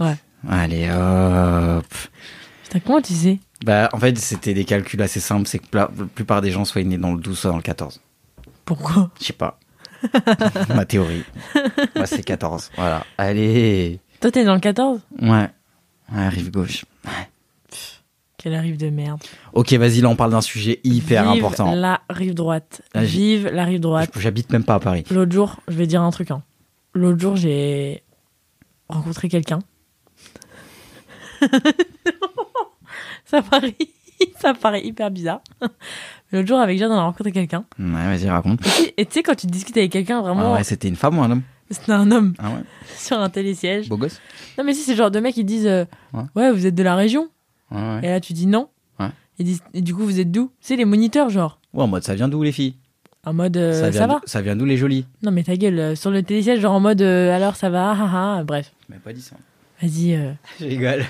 [SPEAKER 1] Ouais.
[SPEAKER 2] Allez, hop.
[SPEAKER 1] Putain, comment tu sais
[SPEAKER 2] Bah, en fait, c'était des calculs assez simples. C'est que la la plupart des gens soient nés dans le 12, soit dans le 14.
[SPEAKER 1] Pourquoi
[SPEAKER 2] Je
[SPEAKER 1] [laughs]
[SPEAKER 2] sais pas. Ma théorie. Moi, c'est 14. Voilà. Allez.
[SPEAKER 1] Toi, t'es dans le 14
[SPEAKER 2] Ouais. Ouais, rive gauche.
[SPEAKER 1] Quelle rive de merde.
[SPEAKER 2] Ok, vas-y, là, on parle d'un sujet hyper
[SPEAKER 1] Vive
[SPEAKER 2] important.
[SPEAKER 1] la rive droite.
[SPEAKER 2] Ah, j'ai-
[SPEAKER 1] Vive la rive droite.
[SPEAKER 2] Je- J'habite même pas à Paris.
[SPEAKER 1] L'autre jour, je vais dire un truc. hein. L'autre jour, j'ai rencontré quelqu'un. [laughs] ça paraît, [laughs] ça paraît hyper bizarre. L'autre jour, avec Jeanne, on a rencontré quelqu'un.
[SPEAKER 2] Ouais, vas-y, raconte.
[SPEAKER 1] Et tu sais, quand tu discutes avec quelqu'un,
[SPEAKER 2] Ah
[SPEAKER 1] vraiment,
[SPEAKER 2] ouais, c'était une femme ou un homme
[SPEAKER 1] c'était un homme
[SPEAKER 2] Ah ouais
[SPEAKER 1] sur un télésiège.
[SPEAKER 2] Beau gosse
[SPEAKER 1] Non, mais si, c'est le genre de mec qui disent euh,
[SPEAKER 2] Ouais.
[SPEAKER 1] ouais. vous êtes de la région.
[SPEAKER 2] Ouais, ouais.
[SPEAKER 1] Et là, tu dis non.
[SPEAKER 2] Ouais.
[SPEAKER 1] Et, dis- et du coup, vous êtes d'où C'est les moniteurs, genre.
[SPEAKER 2] Ouais, en mode, ça vient d'où, les filles
[SPEAKER 1] En mode, euh, ça,
[SPEAKER 2] vient
[SPEAKER 1] va
[SPEAKER 2] d'où- Ça vient d'où, les jolies
[SPEAKER 1] Non, mais ta gueule, euh, sur le télésiège, genre en mode, euh, alors ça va, ah, ah, ah, bref.
[SPEAKER 2] Mais pas hein.
[SPEAKER 1] [laughs]
[SPEAKER 2] dit ça.
[SPEAKER 1] Vas-y. euh,
[SPEAKER 2] Je rigole.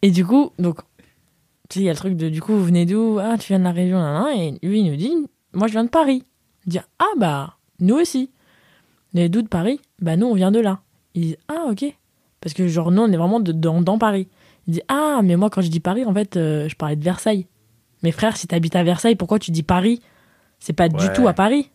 [SPEAKER 1] Et du coup, donc, tu sais, il y a le truc de, du coup, vous venez d'où Ah, tu viens de la région, là, là. Et lui, il nous dit, moi, je viens de Paris. Il dit, ah, bah, nous aussi. Les d'où de Paris Bah, nous, on vient de là. Il dit, ah, ok. Parce que, genre, nous, on est vraiment de- dans, dans Paris. Il dit, ah, mais moi, quand je dis Paris, en fait, euh, je parlais de Versailles. Mais frère, si t'habites à Versailles, pourquoi tu dis Paris C'est pas du
[SPEAKER 2] Ouais.
[SPEAKER 1] tout à Paris.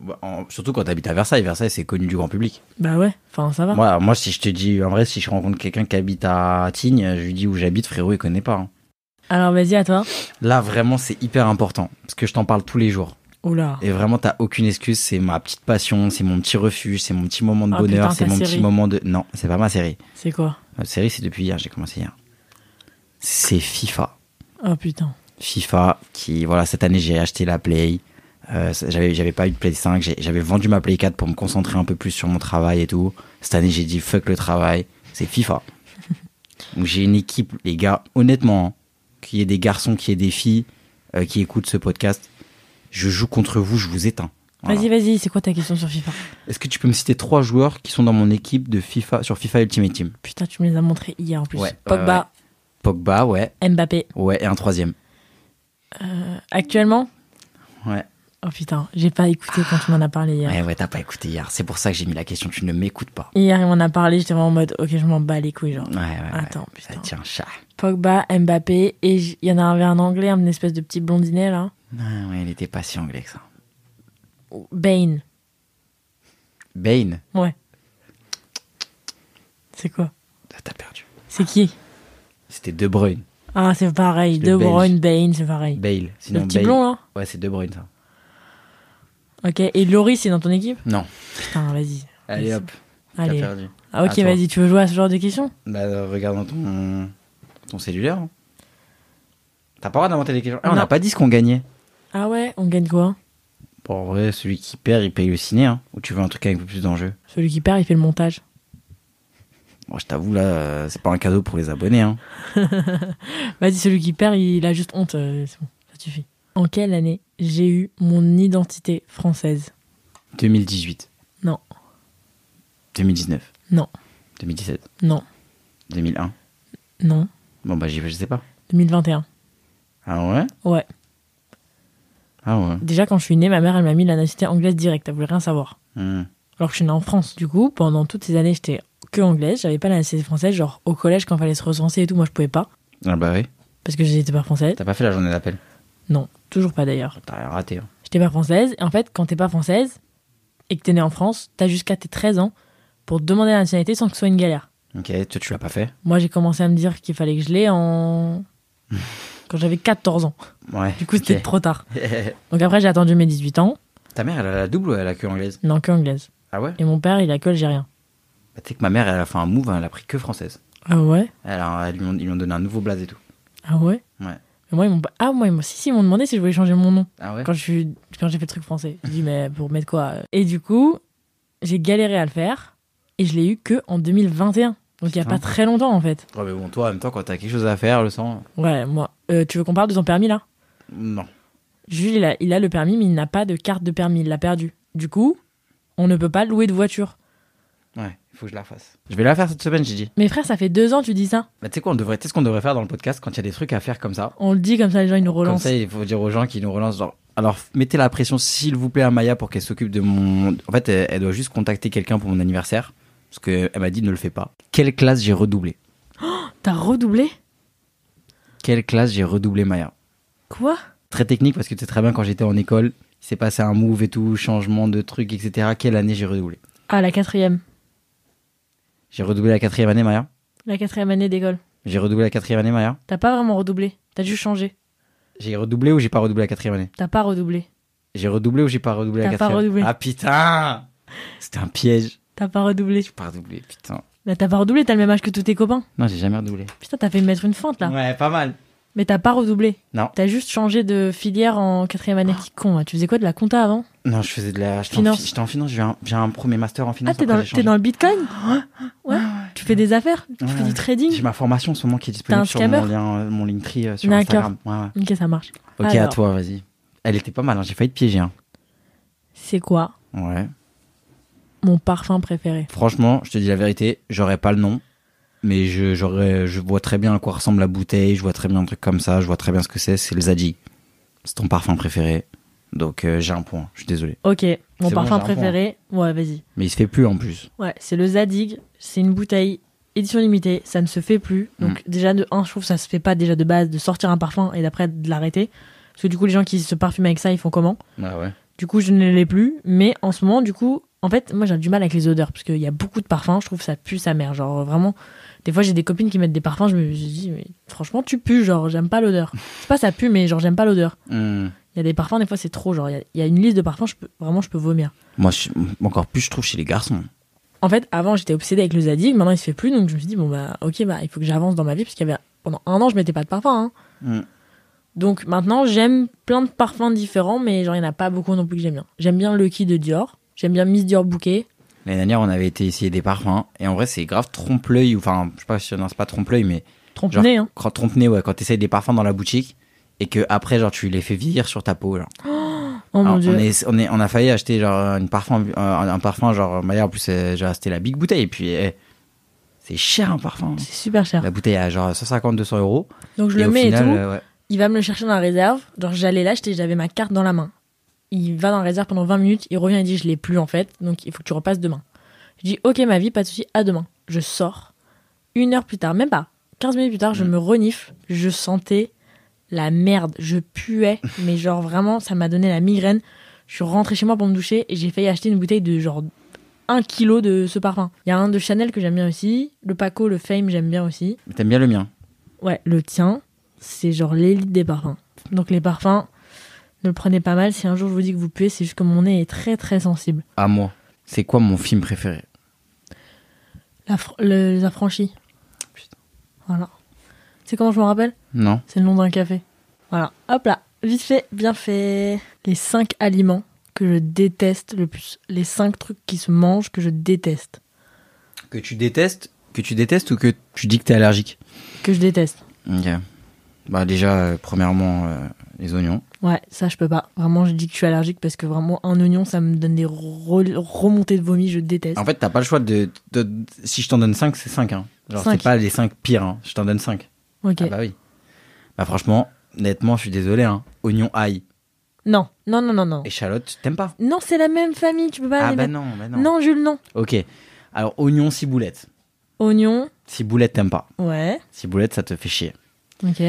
[SPEAKER 2] Bah, en- surtout quand t'habites à Versailles. Versailles, c'est connu du grand public.
[SPEAKER 1] Bah ouais, enfin, ça va.
[SPEAKER 2] Moi, moi, si je te dis, en vrai, si je rencontre quelqu'un qui habite à Tignes, je lui dis où j'habite, frérot, il connaît pas. hein.
[SPEAKER 1] Alors, vas-y, à toi.
[SPEAKER 2] Là, vraiment, c'est hyper important. Parce que je t'en parle tous les jours.
[SPEAKER 1] Oula.
[SPEAKER 2] Et vraiment, t'as aucune excuse. C'est ma petite passion, c'est mon petit refuge, c'est mon petit moment de
[SPEAKER 1] Ah,
[SPEAKER 2] bonheur,
[SPEAKER 1] putain,
[SPEAKER 2] c'est
[SPEAKER 1] ta
[SPEAKER 2] mon petit
[SPEAKER 1] série.
[SPEAKER 2] moment de. Non, c'est pas ma série.
[SPEAKER 1] C'est quoi
[SPEAKER 2] Ma série, c'est depuis hier, j'ai commencé hier. C'est FIFA.
[SPEAKER 1] Oh putain.
[SPEAKER 2] FIFA qui voilà cette année j'ai acheté la Play Euh, ça- j'avais j'avais pas eu de Play 5 j'ai- j'avais vendu ma Play 4 pour me concentrer un peu plus sur mon travail et tout cette année j'ai dit fuck le travail c'est FIFA donc j'ai une équipe les gars honnêtement hein, qui est des garçons qui est des filles euh, qui écoutent ce podcast je joue contre vous je vous éteins Voilà.
[SPEAKER 1] Vas-y, vas-y, c'est quoi ta question sur FIFA
[SPEAKER 2] est-ce que tu peux me citer trois joueurs qui sont dans mon équipe de FIFA sur FIFA Ultimate Team
[SPEAKER 1] Putain, tu me les as montrés hier en plus.
[SPEAKER 2] Ouais,
[SPEAKER 1] Pogba,
[SPEAKER 2] Pogba ouais
[SPEAKER 1] Mbappé.
[SPEAKER 2] ouais et un troisième
[SPEAKER 1] Actuellement
[SPEAKER 2] ouais
[SPEAKER 1] Oh putain, j'ai pas écouté quand tu m'en as parlé hier.
[SPEAKER 2] Ouais, ouais, t'as pas écouté hier. C'est pour ça que j'ai mis la question. Tu ne m'écoutes pas.
[SPEAKER 1] Hier, il m'en a parlé, j'étais vraiment en mode, ok, je m'en bats les couilles, genre.
[SPEAKER 2] Ouais, ouais. ouais.
[SPEAKER 1] Attends, putain.
[SPEAKER 2] Ah, tiens, chat.
[SPEAKER 1] Pogba, Mbappé, et j- il y en avait un anglais, un espèce de petit blondinet, là.
[SPEAKER 2] Ah, ouais, il était pas si anglais que ça.
[SPEAKER 1] Bane.
[SPEAKER 2] Bane,
[SPEAKER 1] Ouais. C'est quoi
[SPEAKER 2] Ah, t'as perdu.
[SPEAKER 1] C'est qui
[SPEAKER 2] C'était De Bruyne.
[SPEAKER 1] Ah, c'est pareil.
[SPEAKER 2] C'est
[SPEAKER 1] De
[SPEAKER 2] le Belge.
[SPEAKER 1] Bruyne, Bane, c'est pareil.
[SPEAKER 2] Bale. Sinon,
[SPEAKER 1] le petit
[SPEAKER 2] Bale.
[SPEAKER 1] blond, hein. là
[SPEAKER 2] Ouais, c'est De Bruyne, ça.
[SPEAKER 1] Ok, et Laurie, c'est dans ton équipe
[SPEAKER 2] Non.
[SPEAKER 1] Putain, vas-y.
[SPEAKER 2] Allez, hop. T'as
[SPEAKER 1] Allez.
[SPEAKER 2] perdu.
[SPEAKER 1] Ah, ok,
[SPEAKER 2] Attends.
[SPEAKER 1] vas-y, tu veux jouer à ce genre de questions
[SPEAKER 2] Bah, euh, regarde dans ton, ton cellulaire. hein. T'as pas le droit d'inventer des questions. Ah, on
[SPEAKER 1] Non.
[SPEAKER 2] n'a pas dit ce qu'on gagnait.
[SPEAKER 1] Ah ouais, on gagne quoi
[SPEAKER 2] Bon, en vrai, celui qui perd, il paye le ciné. Hein. Ou tu veux un truc avec un peu plus d'enjeu
[SPEAKER 1] Celui qui perd, il fait le montage.
[SPEAKER 2] Moi, je t'avoue, là, euh, c'est pas un cadeau pour les abonnés. Hein.
[SPEAKER 1] Vas-y, celui qui perd, il a juste honte. euh, C'est bon, ça suffit. En quelle année j'ai eu mon identité française
[SPEAKER 2] 2018,
[SPEAKER 1] Non,
[SPEAKER 2] 2019,
[SPEAKER 1] non,
[SPEAKER 2] 2017,
[SPEAKER 1] non,
[SPEAKER 2] 2001.
[SPEAKER 1] non.
[SPEAKER 2] Bon, bah, j'y vais, je sais pas.
[SPEAKER 1] 2021.
[SPEAKER 2] Ah ouais
[SPEAKER 1] Ouais.
[SPEAKER 2] Ah ouais.
[SPEAKER 1] Déjà, quand je suis née, ma mère, elle m'a mis la nationalité anglaise directe. Elle voulait rien savoir.
[SPEAKER 2] Hmm.
[SPEAKER 1] Alors que je suis née en France. Du coup, pendant toutes ces années, j'étais que anglaise. J'avais pas la nationalité française. Genre, au collège, quand fallait se recenser et tout, moi, je pouvais pas.
[SPEAKER 2] Ah bah oui.
[SPEAKER 1] Parce que j'étais pas française.
[SPEAKER 2] T'as pas fait la journée d'appel.
[SPEAKER 1] Non, toujours pas d'ailleurs.
[SPEAKER 2] T'as rien raté. hein.
[SPEAKER 1] J'étais pas française. Et en fait, quand t'es pas française et que t'es née en France, t'as jusqu'à tes 13 ans pour demander la nationalité sans que ce soit une galère.
[SPEAKER 2] Ok, toi, tu l'as pas fait
[SPEAKER 1] Moi, j'ai commencé à me dire qu'il fallait que je l'aie
[SPEAKER 2] [laughs]
[SPEAKER 1] en. quand j'avais 14 ans.
[SPEAKER 2] Ouais.
[SPEAKER 1] Du coup, c'était
[SPEAKER 2] ok. [laughs]
[SPEAKER 1] trop tard. Donc après, j'ai attendu mes 18 ans.
[SPEAKER 2] Ta mère, elle a la double ou elle a que anglaise
[SPEAKER 1] Non, que anglaise.
[SPEAKER 2] Ah ouais
[SPEAKER 1] Et mon père, il a que algérien.
[SPEAKER 2] Bah, tu sais que ma mère, elle a fait un move, hein, elle a pris que française.
[SPEAKER 1] Ah ouais
[SPEAKER 2] Elle a- ils, lui ont, ils lui ont donné un nouveau blaze et tout.
[SPEAKER 1] Ah ouais
[SPEAKER 2] Ouais.
[SPEAKER 1] Mais moi, ils m'ont pas- Ah, moi, ils m'ont- si, si, ils m'ont demandé si je voulais changer mon nom.
[SPEAKER 2] Ah ouais
[SPEAKER 1] Quand je suis... quand j'ai fait le truc français. J'ai dit, mais pour mettre quoi euh Et du coup, j'ai galéré à le faire. Et je l'ai eu que en 2021. Donc il y a
[SPEAKER 2] Putain.
[SPEAKER 1] pas très longtemps, en fait.
[SPEAKER 2] Ouais, mais bon, toi, en même temps, quand t'as quelque chose à faire, le sang.
[SPEAKER 1] Ouais, moi. Euh, tu veux qu'on parle de ton permis, là
[SPEAKER 2] Non.
[SPEAKER 1] Jules, il a, il a le permis, mais il n'a pas de carte de permis. Il l'a perdu. Du coup, on ne peut pas louer de voiture.
[SPEAKER 2] Ouais, il faut que je la fasse. Je vais la faire cette semaine, j'ai dit.
[SPEAKER 1] Mais frère, ça fait deux ans, tu dis ça.
[SPEAKER 2] Bah, tu sais quoi, on devrait, tu sais ce qu'on devrait faire dans le podcast quand il y a des trucs à faire comme ça.
[SPEAKER 1] On le dit comme ça, les gens, ils nous
[SPEAKER 2] Comme
[SPEAKER 1] relancent.
[SPEAKER 2] ça, il faut dire aux gens qui nous relancent, genre, alors mettez la pression, s'il vous plaît, à Maya pour qu'elle s'occupe de mon. En fait, elle, elle doit juste contacter quelqu'un pour mon anniversaire. Parce qu'elle m'a dit, ne le fais pas. Quelle classe j'ai redoublé
[SPEAKER 1] T'as redoublé
[SPEAKER 2] Quelle classe j'ai redoublé Maya
[SPEAKER 1] Quoi
[SPEAKER 2] Très technique parce que tu sais très bien quand j'étais en école, il s'est passé un move et tout, changement de trucs, etc. Quelle année j'ai redoublé
[SPEAKER 1] Ah, la quatrième.
[SPEAKER 2] J'ai redoublé la quatrième année, Maya.
[SPEAKER 1] La quatrième année d'école.
[SPEAKER 2] J'ai redoublé la quatrième année, Maya.
[SPEAKER 1] T'as pas vraiment redoublé. T'as juste changé.
[SPEAKER 2] J'ai redoublé ou j'ai pas redoublé la quatrième année
[SPEAKER 1] T'as pas redoublé.
[SPEAKER 2] J'ai redoublé ou j'ai pas redoublé la
[SPEAKER 1] T'as pas
[SPEAKER 2] quatrième
[SPEAKER 1] redoublé.
[SPEAKER 2] Ah putain C'était un piège.
[SPEAKER 1] T'as pas redoublé.
[SPEAKER 2] J'ai pas redoublé, putain.
[SPEAKER 1] Là, t'as pas redoublé, t'as le même âge que tous tes copains.
[SPEAKER 2] Non, j'ai jamais redoublé.
[SPEAKER 1] Putain, t'as fait mettre une fente, là.
[SPEAKER 2] Ouais, pas mal.
[SPEAKER 1] Mais t'as pas redoublé.
[SPEAKER 2] Non. Ah.
[SPEAKER 1] T'as juste changé de filière en quatrième année. Petit con, hein. tu faisais quoi de la compta avant
[SPEAKER 2] Non, je faisais de la. J'étais en,
[SPEAKER 1] Finance.
[SPEAKER 2] fi- j'étais en finance, j'ai eu un, j'ai un premier master en
[SPEAKER 1] Ah,
[SPEAKER 2] finance.
[SPEAKER 1] t'es
[SPEAKER 2] après,
[SPEAKER 1] dans, t'es
[SPEAKER 2] j'ai changé. Ah
[SPEAKER 1] dans le bitcoin Ouais. Tu fais des affaires Tu
[SPEAKER 2] Ouais,
[SPEAKER 1] fais
[SPEAKER 2] ouais.
[SPEAKER 1] du trading
[SPEAKER 2] J'ai ma formation en ce moment qui est disponible
[SPEAKER 1] un
[SPEAKER 2] sur
[SPEAKER 1] scammer
[SPEAKER 2] mon lien, euh, mon Linktree euh, sur
[SPEAKER 1] D'accord.
[SPEAKER 2] Instagram. Ouais, ouais.
[SPEAKER 1] Ok, ça marche.
[SPEAKER 2] Ok, à
[SPEAKER 1] Alors.
[SPEAKER 2] toi, vas-y. Elle était pas mal, hein, j'ai failli te piéger. hein.
[SPEAKER 1] C'est quoi
[SPEAKER 2] Ouais.
[SPEAKER 1] mon parfum préféré
[SPEAKER 2] Franchement, je te dis la vérité, j'aurais pas le nom, mais je, j'aurais, je vois très bien à quoi ressemble la bouteille, je vois très bien un truc comme ça, je vois très bien ce que c'est, c'est le Zadji. C'est ton parfum préféré. Donc euh, j'ai un point, je suis désolé.
[SPEAKER 1] Ok, mon
[SPEAKER 2] bon,
[SPEAKER 1] parfum
[SPEAKER 2] j'ai un
[SPEAKER 1] préféré. Ouais, vas-y.
[SPEAKER 2] Mais il se fait plus en plus.
[SPEAKER 1] Ouais, c'est le Zadig. C'est une bouteille édition limitée. Ça ne se fait plus. Donc
[SPEAKER 2] Mm.
[SPEAKER 1] déjà de un, je trouve que ça se fait pas déjà de base de sortir un parfum et d'après de l'arrêter. Parce que du coup, les gens qui se parfument avec ça, ils font comment
[SPEAKER 2] Ah ouais.
[SPEAKER 1] Du coup, je ne l'ai plus. Mais en ce moment, du coup, en fait, moi, j'ai du mal avec les odeurs parce qu'il y a beaucoup de parfums. Je trouve que ça pue sa mère. Genre vraiment. Des fois, j'ai des copines qui mettent des parfums. Je me je dis, mais franchement, tu pues. Genre, j'aime pas l'odeur. C'est pas ça pue, mais genre, j'aime pas l'odeur.
[SPEAKER 2] Mmh.
[SPEAKER 1] Il y a des parfums, des fois c'est trop. Genre, il y a- il y, a une liste de parfums, je peux, vraiment je peux vomir.
[SPEAKER 2] Moi, je- encore plus, je trouve chez les garçons.
[SPEAKER 1] En fait, avant j'étais obsédée avec le Zadig, maintenant il se fait plus, donc je me suis dit, bon bah ok, bah il faut que j'avance dans ma vie, parce qu'il y avait pendant un an je mettais pas de parfum. hein.
[SPEAKER 2] Mm.
[SPEAKER 1] Donc maintenant j'aime plein de parfums différents, mais genre il n'y en a pas beaucoup non plus que j'aime bien. J'aime bien Lucky de Dior, j'aime bien Miss Dior Bouquet.
[SPEAKER 2] L'année dernière, on avait été essayer des parfums. Et en vrai, c'est grave trompe-l'œil. ou Enfin, je sais pas si non, c'est pas trompe-l'œil, mais genre,
[SPEAKER 1] Trompe-nez, hein.
[SPEAKER 2] quand trompe-nez, ouais, quand t'essayes des parfums dans la boutique et que après, genre, tu les fais vieillir sur ta peau. Genre.
[SPEAKER 1] Oh mon
[SPEAKER 2] Alors,
[SPEAKER 1] dieu.
[SPEAKER 2] on, est, on, est, on a failli acheter genre une parfum, euh, un, un parfum genre Maya. En plus, euh, j'ai acheté la big bouteille. Et puis, eh, c'est cher un parfum.
[SPEAKER 1] C'est super cher.
[SPEAKER 2] La bouteille à genre 150-200 euros.
[SPEAKER 1] Donc je
[SPEAKER 2] et
[SPEAKER 1] le
[SPEAKER 2] au
[SPEAKER 1] mets et
[SPEAKER 2] final,
[SPEAKER 1] tout.
[SPEAKER 2] euh, ouais.
[SPEAKER 1] Il va me le chercher dans la réserve. Genre j'allais l'acheter, j'avais ma carte dans la main. il va dans la réserve pendant 20 minutes, il revient et dit je l'ai plus en fait, donc il faut que tu repasses demain. Je dis ok ma vie, pas de souci, à demain. Je sors. Une heure plus tard, même pas, 15 minutes plus tard, je
[SPEAKER 2] Mm.
[SPEAKER 1] me renifle, je sentais la merde, je puais, mais genre vraiment ça m'a donné la migraine. Je suis rentrée chez moi pour me doucher et j'ai failli acheter une bouteille de genre 1 kilo de ce parfum. Il y a un de Chanel que j'aime bien aussi, le Paco, le Fame j'aime bien aussi.
[SPEAKER 2] Mais T'aimes bien le mien.
[SPEAKER 1] Ouais, le tien, c'est genre l'élite des parfums. Donc les parfums, ne le prenez pas mal. Si un jour je vous dis que vous puez, c'est juste que mon nez est très très sensible.
[SPEAKER 2] À moi. C'est quoi mon film préféré
[SPEAKER 1] La fr- le- les affranchis.
[SPEAKER 2] Putain.
[SPEAKER 1] Voilà. C'est comment je m'en rappelle
[SPEAKER 2] Non
[SPEAKER 1] C'est le nom d'un café. Voilà. Hop là. Vite fait, bien fait. Les 5 aliments que je déteste le plus. Les 5 trucs qui se mangent que je déteste.
[SPEAKER 2] Que tu détestes Que tu détestes ou que tu dis que t'es allergique
[SPEAKER 1] Que je déteste.
[SPEAKER 2] Ok. Bah déjà, euh, premièrement, euh, les oignons.
[SPEAKER 1] Ouais, ça je peux pas. Vraiment, je dis que je suis allergique parce que vraiment, un oignon, ça me donne des re- remontées de vomi. Je déteste.
[SPEAKER 2] En fait, t'as pas le choix de... de- si je t'en donne 5, c'est 5. Hein. Genre,
[SPEAKER 1] Cinq.
[SPEAKER 2] c'est pas les 5 pires. Hein. Je t'en donne 5.
[SPEAKER 1] Ok.
[SPEAKER 2] Ah bah oui. Bah franchement, nettement, je suis désolé. Hein. Oignon, ail,
[SPEAKER 1] Non, non, non, non, non.
[SPEAKER 2] échalote, t'aimes pas
[SPEAKER 1] Non, c'est la même famille, tu peux pas
[SPEAKER 2] Ah
[SPEAKER 1] les
[SPEAKER 2] bah
[SPEAKER 1] mettre-
[SPEAKER 2] non, bah non.
[SPEAKER 1] non. Jules, non.
[SPEAKER 2] Ok. Alors, oignon, ciboulette.
[SPEAKER 1] Oignon,
[SPEAKER 2] Ciboulette, t'aimes pas.
[SPEAKER 1] ouais,
[SPEAKER 2] Ciboulette, ça te fait chier.
[SPEAKER 1] ok.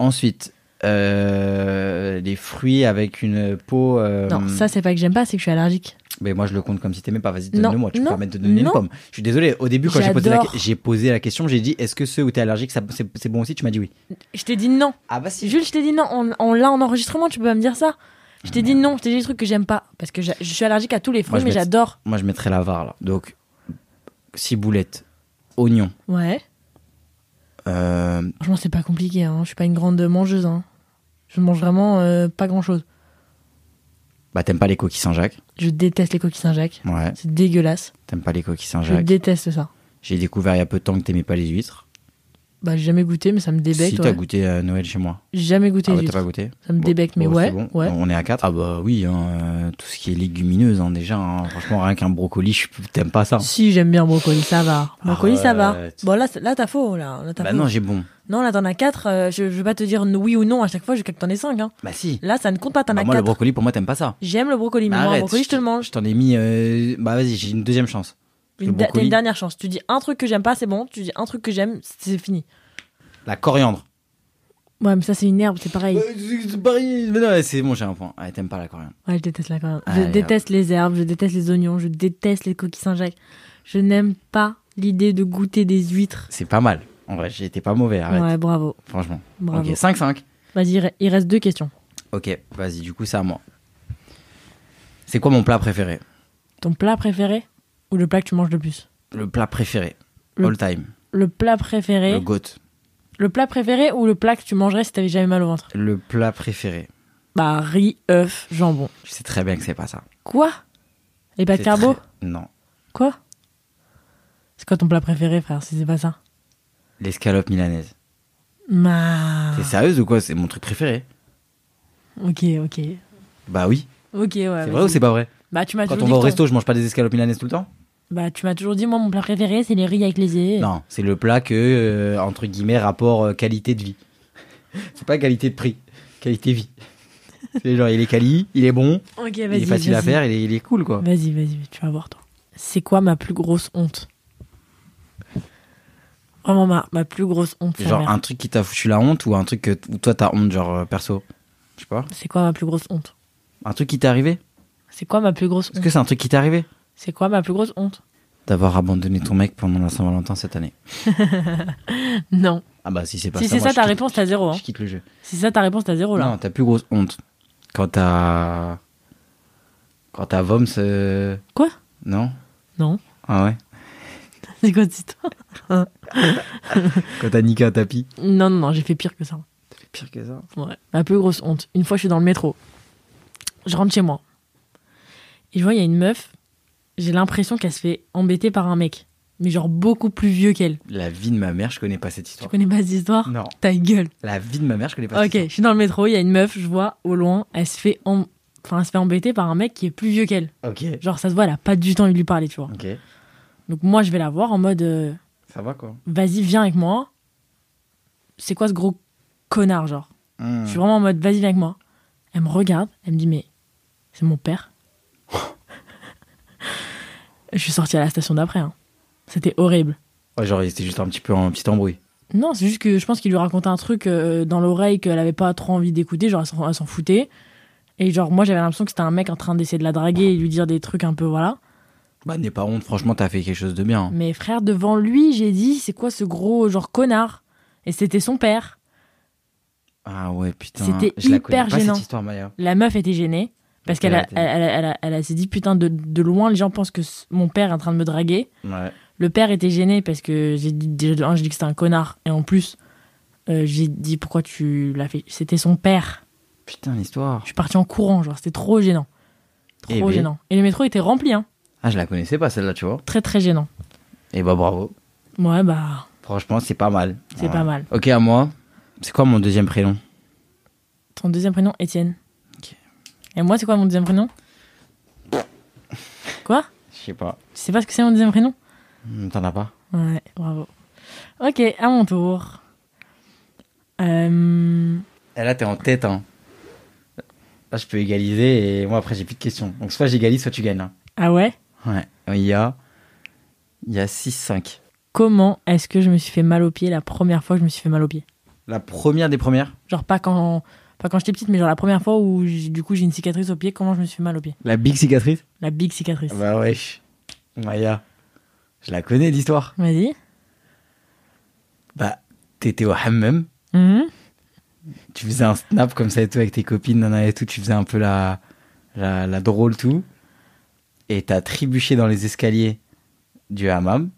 [SPEAKER 2] Ensuite, euh, les fruits avec une peau. euh,
[SPEAKER 1] Non, ça, c'est pas que j'aime pas, c'est que je suis allergique.
[SPEAKER 2] Mais moi, je le compte comme si t'aimais pas. Vas-y,
[SPEAKER 1] Non,
[SPEAKER 2] donne-le-moi. Tu peux
[SPEAKER 1] non,
[SPEAKER 2] pas mettre de donner une
[SPEAKER 1] non.
[SPEAKER 2] pomme. Je suis désolé. Au début, quand j'ai posé, la...
[SPEAKER 1] J'adore.
[SPEAKER 2] j'ai posé la question, j'ai dit est-ce que ceux où t'es allergique, ça- c'est c'est bon aussi Tu m'as dit oui.
[SPEAKER 1] Je t'ai dit non.
[SPEAKER 2] Ah bah si.
[SPEAKER 1] Jules, je t'ai dit non. En, en- là, en enregistrement, tu peux pas me dire ça. Je t'ai dit non, je t'ai dit des trucs que j'aime pas. Parce que j'a- je, suis allergique à tous les fruits,
[SPEAKER 2] je
[SPEAKER 1] mais
[SPEAKER 2] mets-
[SPEAKER 1] j'adore.
[SPEAKER 2] Moi, je mettrais la var là. Donc, ciboulette, oignon.
[SPEAKER 1] Ouais.
[SPEAKER 2] euh,
[SPEAKER 1] Franchement, c'est pas compliqué, hein. Je suis pas une grande mangeuse, hein. Je mange vraiment euh, pas grand chose.
[SPEAKER 2] Bah, t'aimes pas les coquilles Saint-Jacques
[SPEAKER 1] Je déteste les coquilles Saint-Jacques.
[SPEAKER 2] Ouais.
[SPEAKER 1] C'est dégueulasse.
[SPEAKER 2] T'aimes pas les coquilles
[SPEAKER 1] Je
[SPEAKER 2] Saint-Jacques
[SPEAKER 1] déteste ça.
[SPEAKER 2] J'ai découvert il y a peu de temps que t'aimais pas les huîtres.
[SPEAKER 1] Bah, j'ai jamais goûté, mais ça me débecte.
[SPEAKER 2] si,
[SPEAKER 1] ouais.
[SPEAKER 2] t'as goûté à Noël chez moi.
[SPEAKER 1] J'ai jamais goûté
[SPEAKER 2] Ah
[SPEAKER 1] les
[SPEAKER 2] ouais,
[SPEAKER 1] huîtres.
[SPEAKER 2] t'as pas goûté
[SPEAKER 1] Ça me
[SPEAKER 2] Bon,
[SPEAKER 1] débecte, mais
[SPEAKER 2] bon,
[SPEAKER 1] ouais,
[SPEAKER 2] c'est bon.
[SPEAKER 1] ouais.
[SPEAKER 2] On est à 4. Ah bah oui, hein, euh, tout ce qui est légumineuse, hein, déjà. hein. franchement, rien qu'un brocoli, je t'aimes pas ça.
[SPEAKER 1] Si, j'aime bien brocoli, ça va. Brocoli, ça va.
[SPEAKER 2] Arrête.
[SPEAKER 1] Bon, là, c'est- là t'as faux, là. là t'as
[SPEAKER 2] Bah
[SPEAKER 1] faux.
[SPEAKER 2] non, j'ai bon.
[SPEAKER 1] Non, là, t'en as 4. je, je vais pas te dire oui ou non à chaque fois jusqu'à que t'en aies 5. Hein.
[SPEAKER 2] Bah si.
[SPEAKER 1] Là, ça ne compte pas, t'en
[SPEAKER 2] Bah,
[SPEAKER 1] as
[SPEAKER 2] moi, le
[SPEAKER 1] 4.
[SPEAKER 2] brocoli, pour moi, t'aimes pas ça.
[SPEAKER 1] J'aime le brocoli, mais
[SPEAKER 2] Bah,
[SPEAKER 1] moi, un
[SPEAKER 2] arrête,
[SPEAKER 1] brocoli, je te le mange.
[SPEAKER 2] Je t'en ai mis. euh, Bah vas-y, j'ai une deuxième chance. Le
[SPEAKER 1] Une da- T'as
[SPEAKER 2] brocoli.
[SPEAKER 1] une dernière chance. Tu dis un truc que j'aime pas, c'est bon. Tu dis un truc que j'aime, c'est fini.
[SPEAKER 2] La coriandre.
[SPEAKER 1] Ouais, mais ça, c'est une herbe, c'est pareil.
[SPEAKER 2] Euh, c'est- c'est pareil. Mais non, c'est bon, j'ai un point. Ah, t'aimes pas la coriandre.
[SPEAKER 1] Ouais, je déteste la coriandre.
[SPEAKER 2] Allez,
[SPEAKER 1] je
[SPEAKER 2] hop.
[SPEAKER 1] déteste les herbes, je déteste les oignons, je déteste les coquilles Saint-Jacques. Je n'aime pas l'idée de goûter des huîtres.
[SPEAKER 2] C'est pas mal. En vrai, j'ai été pas mauvais, arrête.
[SPEAKER 1] Ouais, bravo.
[SPEAKER 2] Franchement.
[SPEAKER 1] bravo.
[SPEAKER 2] Ok, 5-5.
[SPEAKER 1] Vas-y, il re- il reste deux questions.
[SPEAKER 2] Ok, vas-y, du coup, c'est à moi. C'est quoi mon plat préféré
[SPEAKER 1] Ton plat préféré ou le plat que tu manges le plus
[SPEAKER 2] Le plat préféré.
[SPEAKER 1] Le-
[SPEAKER 2] All time.
[SPEAKER 1] Le plat préféré
[SPEAKER 2] Le goat.
[SPEAKER 1] Le plat préféré ou le plat que tu mangerais si t'avais jamais mal au ventre
[SPEAKER 2] Le plat préféré.
[SPEAKER 1] Bah, riz, œuf, jambon.
[SPEAKER 2] Je sais très bien que c'est pas ça.
[SPEAKER 1] Quoi Les pâtes
[SPEAKER 2] C'est
[SPEAKER 1] carbo
[SPEAKER 2] très- Non.
[SPEAKER 1] Quoi C'est quoi ton plat préféré, frère, si c'est pas ça
[SPEAKER 2] L'escalope milanaise.
[SPEAKER 1] Ma.
[SPEAKER 2] T'es sérieuse ou quoi C'est mon truc préféré.
[SPEAKER 1] Ok, ok.
[SPEAKER 2] Bah oui.
[SPEAKER 1] Ok, ouais.
[SPEAKER 2] c'est
[SPEAKER 1] vas-y.
[SPEAKER 2] vrai ou c'est pas vrai
[SPEAKER 1] Bah, tu m'as
[SPEAKER 2] Quand
[SPEAKER 1] toujours
[SPEAKER 2] on
[SPEAKER 1] dit
[SPEAKER 2] va au
[SPEAKER 1] que ton-
[SPEAKER 2] resto, je mange pas des escalopes milanaises tout le temps
[SPEAKER 1] Bah, tu m'as toujours dit, moi, mon plat préféré, c'est les riz avec les œufs.
[SPEAKER 2] Non, c'est le plat que, euh, entre guillemets, rapport euh, qualité de vie. [laughs] c'est pas qualité de prix,
[SPEAKER 1] [laughs]
[SPEAKER 2] qualité vie. c'est genre, il est quali, il est bon,
[SPEAKER 1] Ok,
[SPEAKER 2] il
[SPEAKER 1] Ah, vas-y.
[SPEAKER 2] est facile à
[SPEAKER 1] vas-y.
[SPEAKER 2] faire, il est, il est cool quoi.
[SPEAKER 1] Vas-y, vas-y, tu vas voir, toi. C'est quoi ma plus grosse honte Vraiment, ma, ma plus grosse honte. sa
[SPEAKER 2] Genre
[SPEAKER 1] mère.
[SPEAKER 2] un truc qui t'a foutu la honte ou un truc que t- où toi t'as honte, genre euh, perso Je sais pas.
[SPEAKER 1] C'est quoi ma plus grosse honte
[SPEAKER 2] Un truc qui t'est arrivé
[SPEAKER 1] C'est quoi ma plus grosse
[SPEAKER 2] Est-ce
[SPEAKER 1] honte
[SPEAKER 2] que c'est un truc qui t'est arrivé
[SPEAKER 1] C'est quoi ma plus grosse honte
[SPEAKER 2] D'avoir abandonné ton mec pendant la Saint-Valentin cette année.
[SPEAKER 1] [laughs] Non.
[SPEAKER 2] Ah bah si c'est pas
[SPEAKER 1] Si
[SPEAKER 2] ça,
[SPEAKER 1] c'est
[SPEAKER 2] moi,
[SPEAKER 1] ça
[SPEAKER 2] je
[SPEAKER 1] ta
[SPEAKER 2] quitte-
[SPEAKER 1] réponse, t'as zéro. hein.
[SPEAKER 2] Je quitte le jeu.
[SPEAKER 1] Si c'est ça ta réponse, t'as zéro là.
[SPEAKER 2] Non, ta plus grosse honte. Quand t'as. Quand t'as Voms. euh,
[SPEAKER 1] Quoi
[SPEAKER 2] Non
[SPEAKER 1] Non.
[SPEAKER 2] Ah ouais
[SPEAKER 1] [laughs] C'est quoi cette histoire
[SPEAKER 2] Quand t'as niqué un tapis.
[SPEAKER 1] Non, non, non, j'ai fait pire que ça.
[SPEAKER 2] Pire que ça.
[SPEAKER 1] Ouais. Ma plus grosse honte. Une fois, je suis dans le métro. Je rentre chez moi. Et je vois, il y a une meuf. J'ai l'impression qu'elle se fait embêter par un mec. Mais genre beaucoup plus vieux qu'elle.
[SPEAKER 2] La vie de ma mère, je connais pas cette
[SPEAKER 1] Tu
[SPEAKER 2] histoire.
[SPEAKER 1] connais pas cette histoire
[SPEAKER 2] Non.
[SPEAKER 1] Ta gueule.
[SPEAKER 2] La vie de ma mère, je connais pas
[SPEAKER 1] Ok, je
[SPEAKER 2] cette
[SPEAKER 1] suis dans le métro, il y a une meuf, je vois au loin, elle se fait, em- enfin, elle se fait embêter par un mec qui est plus vieux qu'elle.
[SPEAKER 2] histoire. Ok.
[SPEAKER 1] Genre, ça se voit, elle a pas du temps de lui parler, tu vois.
[SPEAKER 2] Ok.
[SPEAKER 1] Donc, moi, je vais la voir en mode. euh,
[SPEAKER 2] Ça va quoi
[SPEAKER 1] vas-y, viens avec moi. C'est quoi ce gros
[SPEAKER 2] Hmm.
[SPEAKER 1] connard, genre Je suis vraiment en mode, vas-y, viens avec moi. Elle me regarde, elle me dit, mais C'est mon père. je suis sortie à la station d'après. hein. C'était horrible.
[SPEAKER 2] Ouais, genre, c'était juste un petit peu un petit embrouille.
[SPEAKER 1] Non, c'est juste que je pense qu'il lui racontait un truc euh, dans l'oreille qu'elle avait pas trop envie d'écouter, genre elle s'en- elle s'en foutait. Et genre moi j'avais l'impression que c'était un mec en train d'essayer de la draguer et lui dire des trucs un peu voilà.
[SPEAKER 2] Bah, n'aie pas honte, franchement, t'as fait quelque chose de bien.
[SPEAKER 1] Mais frère, devant lui, j'ai dit c'est quoi ce gros genre connard Et c'était son père.
[SPEAKER 2] Ah ouais, putain.
[SPEAKER 1] C'était
[SPEAKER 2] je la
[SPEAKER 1] hyper
[SPEAKER 2] connais pas,
[SPEAKER 1] gênant.
[SPEAKER 2] cette histoire, Maya.
[SPEAKER 1] La meuf était gênée parce qu'elle a-
[SPEAKER 2] Elle a
[SPEAKER 1] elle, elle, elle a- elle a- s'est dit putain de, de loin les gens pensent que c- mon père est en train de me draguer.
[SPEAKER 2] Ouais.
[SPEAKER 1] Le père était gêné parce que j'ai dit déjà de un, j'ai dit que c'était un connard et en plus euh, j'ai dit pourquoi tu l'as fait C'était son père.
[SPEAKER 2] Putain, l'histoire.
[SPEAKER 1] Je suis partie en courant, genre c'était trop gênant.
[SPEAKER 2] Eh
[SPEAKER 1] Trop
[SPEAKER 2] ben.
[SPEAKER 1] gênant. Et le métro était rempli, hein.
[SPEAKER 2] Ah, je la connaissais pas, celle-là, tu vois.
[SPEAKER 1] Très très gênant.
[SPEAKER 2] Et bah, bravo.
[SPEAKER 1] Ouais, bah,
[SPEAKER 2] Franchement, c'est pas mal.
[SPEAKER 1] c'est
[SPEAKER 2] Ouais.
[SPEAKER 1] pas mal.
[SPEAKER 2] Ok, à moi. C'est quoi mon deuxième prénom
[SPEAKER 1] Ton deuxième prénom, Étienne.
[SPEAKER 2] Ok.
[SPEAKER 1] Et moi, c'est quoi mon deuxième prénom Quoi
[SPEAKER 2] Je sais pas.
[SPEAKER 1] Tu sais pas ce que c'est mon deuxième prénom
[SPEAKER 2] Hmm, T'en as pas
[SPEAKER 1] Ouais, bravo. Ok, à mon tour. Euh,
[SPEAKER 2] Et là, t'es en tête, hein. Là, je peux égaliser et moi, après, j'ai plus de questions. Donc, soit j'égalise, soit tu gagnes, hein. là.
[SPEAKER 1] Ah ouais
[SPEAKER 2] Ouais. Il y a. Il y a 6-5.
[SPEAKER 1] Comment est-ce que je me suis fait mal au pied la première fois que je me suis fait mal au pied
[SPEAKER 2] La première des premières
[SPEAKER 1] Genre pas quand, pas quand j'étais petite, mais genre la première fois où j'ai- du coup j'ai une cicatrice au pied, comment je me suis fait mal au pied
[SPEAKER 2] La big cicatrice
[SPEAKER 1] La big cicatrice.
[SPEAKER 2] Bah, wesh. Maya. Je la connais, l'histoire.
[SPEAKER 1] Vas-y.
[SPEAKER 2] Bah, t'étais au hammam.
[SPEAKER 1] Mhm.
[SPEAKER 2] tu faisais un snap comme ça et tout avec tes copines, nana et tout, tu faisais un peu la, la, la drôle tout. Et t'as trébuché dans les escaliers du hammam.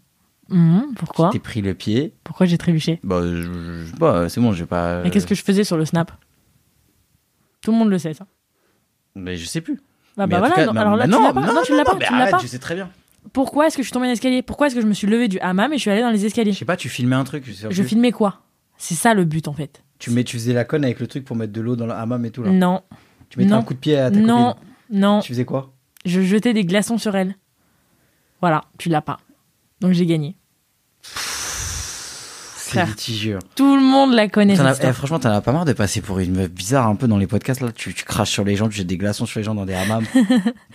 [SPEAKER 1] Mhm, pourquoi
[SPEAKER 2] T'es pris le pied.
[SPEAKER 1] Pourquoi j'ai trébuché
[SPEAKER 2] Bah, je- je- je sais pas, c'est bon, j'ai pas.
[SPEAKER 1] Mais qu'est-ce que je faisais sur le snap Tout le monde le sait, ça.
[SPEAKER 2] Mais je sais plus.
[SPEAKER 1] Bah, bah
[SPEAKER 2] Mais en tout
[SPEAKER 1] voilà,
[SPEAKER 2] cas,
[SPEAKER 1] non,
[SPEAKER 2] non,
[SPEAKER 1] alors là,
[SPEAKER 2] mais
[SPEAKER 1] tu
[SPEAKER 2] non,
[SPEAKER 1] l'as pas.
[SPEAKER 2] non,
[SPEAKER 1] Non, tu l'as pas.
[SPEAKER 2] mais
[SPEAKER 1] tu l'as
[SPEAKER 2] arrête,
[SPEAKER 1] pas.
[SPEAKER 2] je sais très bien.
[SPEAKER 1] Pourquoi est-ce que je suis tombée dans l'escalier Pourquoi est-ce que je me suis levée du hammam et je suis allée dans les
[SPEAKER 2] Je
[SPEAKER 1] escaliers
[SPEAKER 2] sais pas, tu filmais un truc. Je sais
[SPEAKER 1] Je
[SPEAKER 2] plus.
[SPEAKER 1] filmais quoi C'est ça le but, en fait.
[SPEAKER 2] Tu, mets, tu faisais la conne avec le truc pour mettre de l'eau dans le hammam et tout là.
[SPEAKER 1] Non,
[SPEAKER 2] tu mettais
[SPEAKER 1] Mm. non,
[SPEAKER 2] un coup de pied à ta
[SPEAKER 1] non,
[SPEAKER 2] copine.
[SPEAKER 1] non.
[SPEAKER 2] Tu faisais quoi
[SPEAKER 1] Je jetais des glaçons sur elle. Voilà, tu l'as pas. Donc j'ai gagné.
[SPEAKER 2] C'est litigieux.
[SPEAKER 1] Tout le monde la connaît,
[SPEAKER 2] T'en
[SPEAKER 1] cette
[SPEAKER 2] as- eh,
[SPEAKER 1] histoire.
[SPEAKER 2] franchement, t'en as pas marre de passer pour une meuf bizarre un peu dans les podcasts là. Tu, tu craches sur les gens, tu jettes des glaçons sur les gens dans
[SPEAKER 1] [laughs]
[SPEAKER 2] des hammams. tu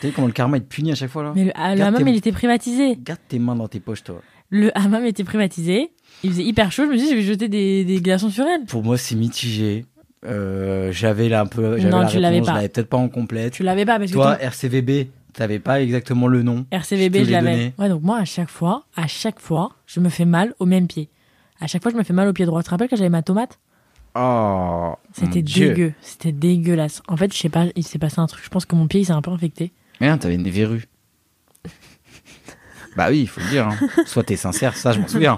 [SPEAKER 2] sais comment le karma il te punit à chaque fois là
[SPEAKER 1] Mais le, ah, le
[SPEAKER 2] Garde
[SPEAKER 1] hammam,
[SPEAKER 2] tes-
[SPEAKER 1] il était privatisé.
[SPEAKER 2] Garde tes mains dans tes poches toi.
[SPEAKER 1] Le hammam était privatisé. Il faisait hyper chaud. Je me suis dit, je vais jeter des, des glaçons sur elle.
[SPEAKER 2] Pour moi, c'est mitigé. Euh, j'avais là un peu. J'avais
[SPEAKER 1] Non,
[SPEAKER 2] la
[SPEAKER 1] tu l'avais
[SPEAKER 2] réponse,
[SPEAKER 1] pas.
[SPEAKER 2] Je l'avais peut-être pas en complète.
[SPEAKER 1] Tu l'avais pas parce que tout-
[SPEAKER 2] Toi, RCVB, t'avais pas exactement le nom.
[SPEAKER 1] RCVB,
[SPEAKER 2] te
[SPEAKER 1] je
[SPEAKER 2] l'ai
[SPEAKER 1] l'avais.
[SPEAKER 2] donné.
[SPEAKER 1] Ouais, donc moi, à chaque fois, à chaque fois, je me fais mal au même pied. À chaque fois, je me fais mal au pied droit. Tu te rappelles quand j'avais ma tomate
[SPEAKER 2] Oh.
[SPEAKER 1] C'était
[SPEAKER 2] mon Dieu.
[SPEAKER 1] dégueu. C'était dégueulasse. En fait, je sais pas, il s'est passé un truc. Je pense que mon pied, il s'est un peu infecté.
[SPEAKER 2] Merde, t'avais
[SPEAKER 1] [laughs]
[SPEAKER 2] une verrue. bah oui, il faut le dire. hein. Soit t'es sincère, ça je m'en souviens.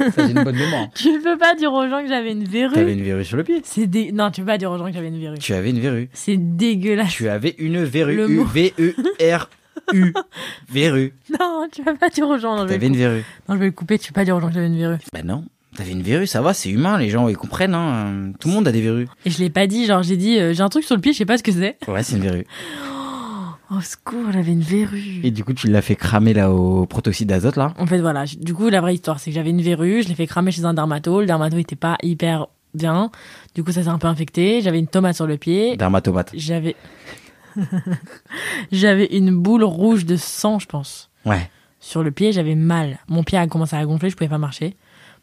[SPEAKER 2] Ça, j'ai une bonne mémoire.
[SPEAKER 1] Tu peux pas dire aux gens que j'avais une
[SPEAKER 2] T'avais
[SPEAKER 1] verrue.
[SPEAKER 2] une verrue sur le pied.
[SPEAKER 1] C'est dé... Non, tu peux pas dire aux gens que j'avais une verrue.
[SPEAKER 2] Tu avais une verrue.
[SPEAKER 1] C'est dégueulasse.
[SPEAKER 2] Tu avais une verrue.
[SPEAKER 1] Le
[SPEAKER 2] U
[SPEAKER 1] mot.
[SPEAKER 2] V E R U.
[SPEAKER 1] [laughs]
[SPEAKER 2] Verrue.
[SPEAKER 1] Non, tu peux pas dire aux gens. Non, je vais,
[SPEAKER 2] T'avais
[SPEAKER 1] le
[SPEAKER 2] une
[SPEAKER 1] couper.
[SPEAKER 2] verrue.
[SPEAKER 1] Non, je vais le couper. Tu peux pas dire aux gens que j'avais une verrue.
[SPEAKER 2] Bah non. T'avais une verrue, ça va, c'est humain, les gens ils comprennent. hein. Tout le monde a des verrues.
[SPEAKER 1] Et je l'ai pas dit. Genre, j'ai dit, euh, j'ai un truc sur le pied, je sais pas ce que c'est.
[SPEAKER 2] Ouais, c'est une verrue.
[SPEAKER 1] Oh, au secours, j'avais une verrue.
[SPEAKER 2] Et du coup, tu l'as fait cramer là au protoxyde d'azote là.
[SPEAKER 1] En fait, voilà. j- Du coup, la vraie histoire, c'est que j'avais une verrue, je l'ai fait cramer chez un dermato. Le dermato était pas hyper bien. Du coup, ça s'est un peu infecté. J'avais une tomate sur le pied.
[SPEAKER 2] Dermatopathe.
[SPEAKER 1] J'avais. [laughs] j'avais une boule rouge de sang, je pense.
[SPEAKER 2] Ouais.
[SPEAKER 1] Sur le pied, j'avais mal. Mon pied a commencé à gonfler, je pouvais pas marcher.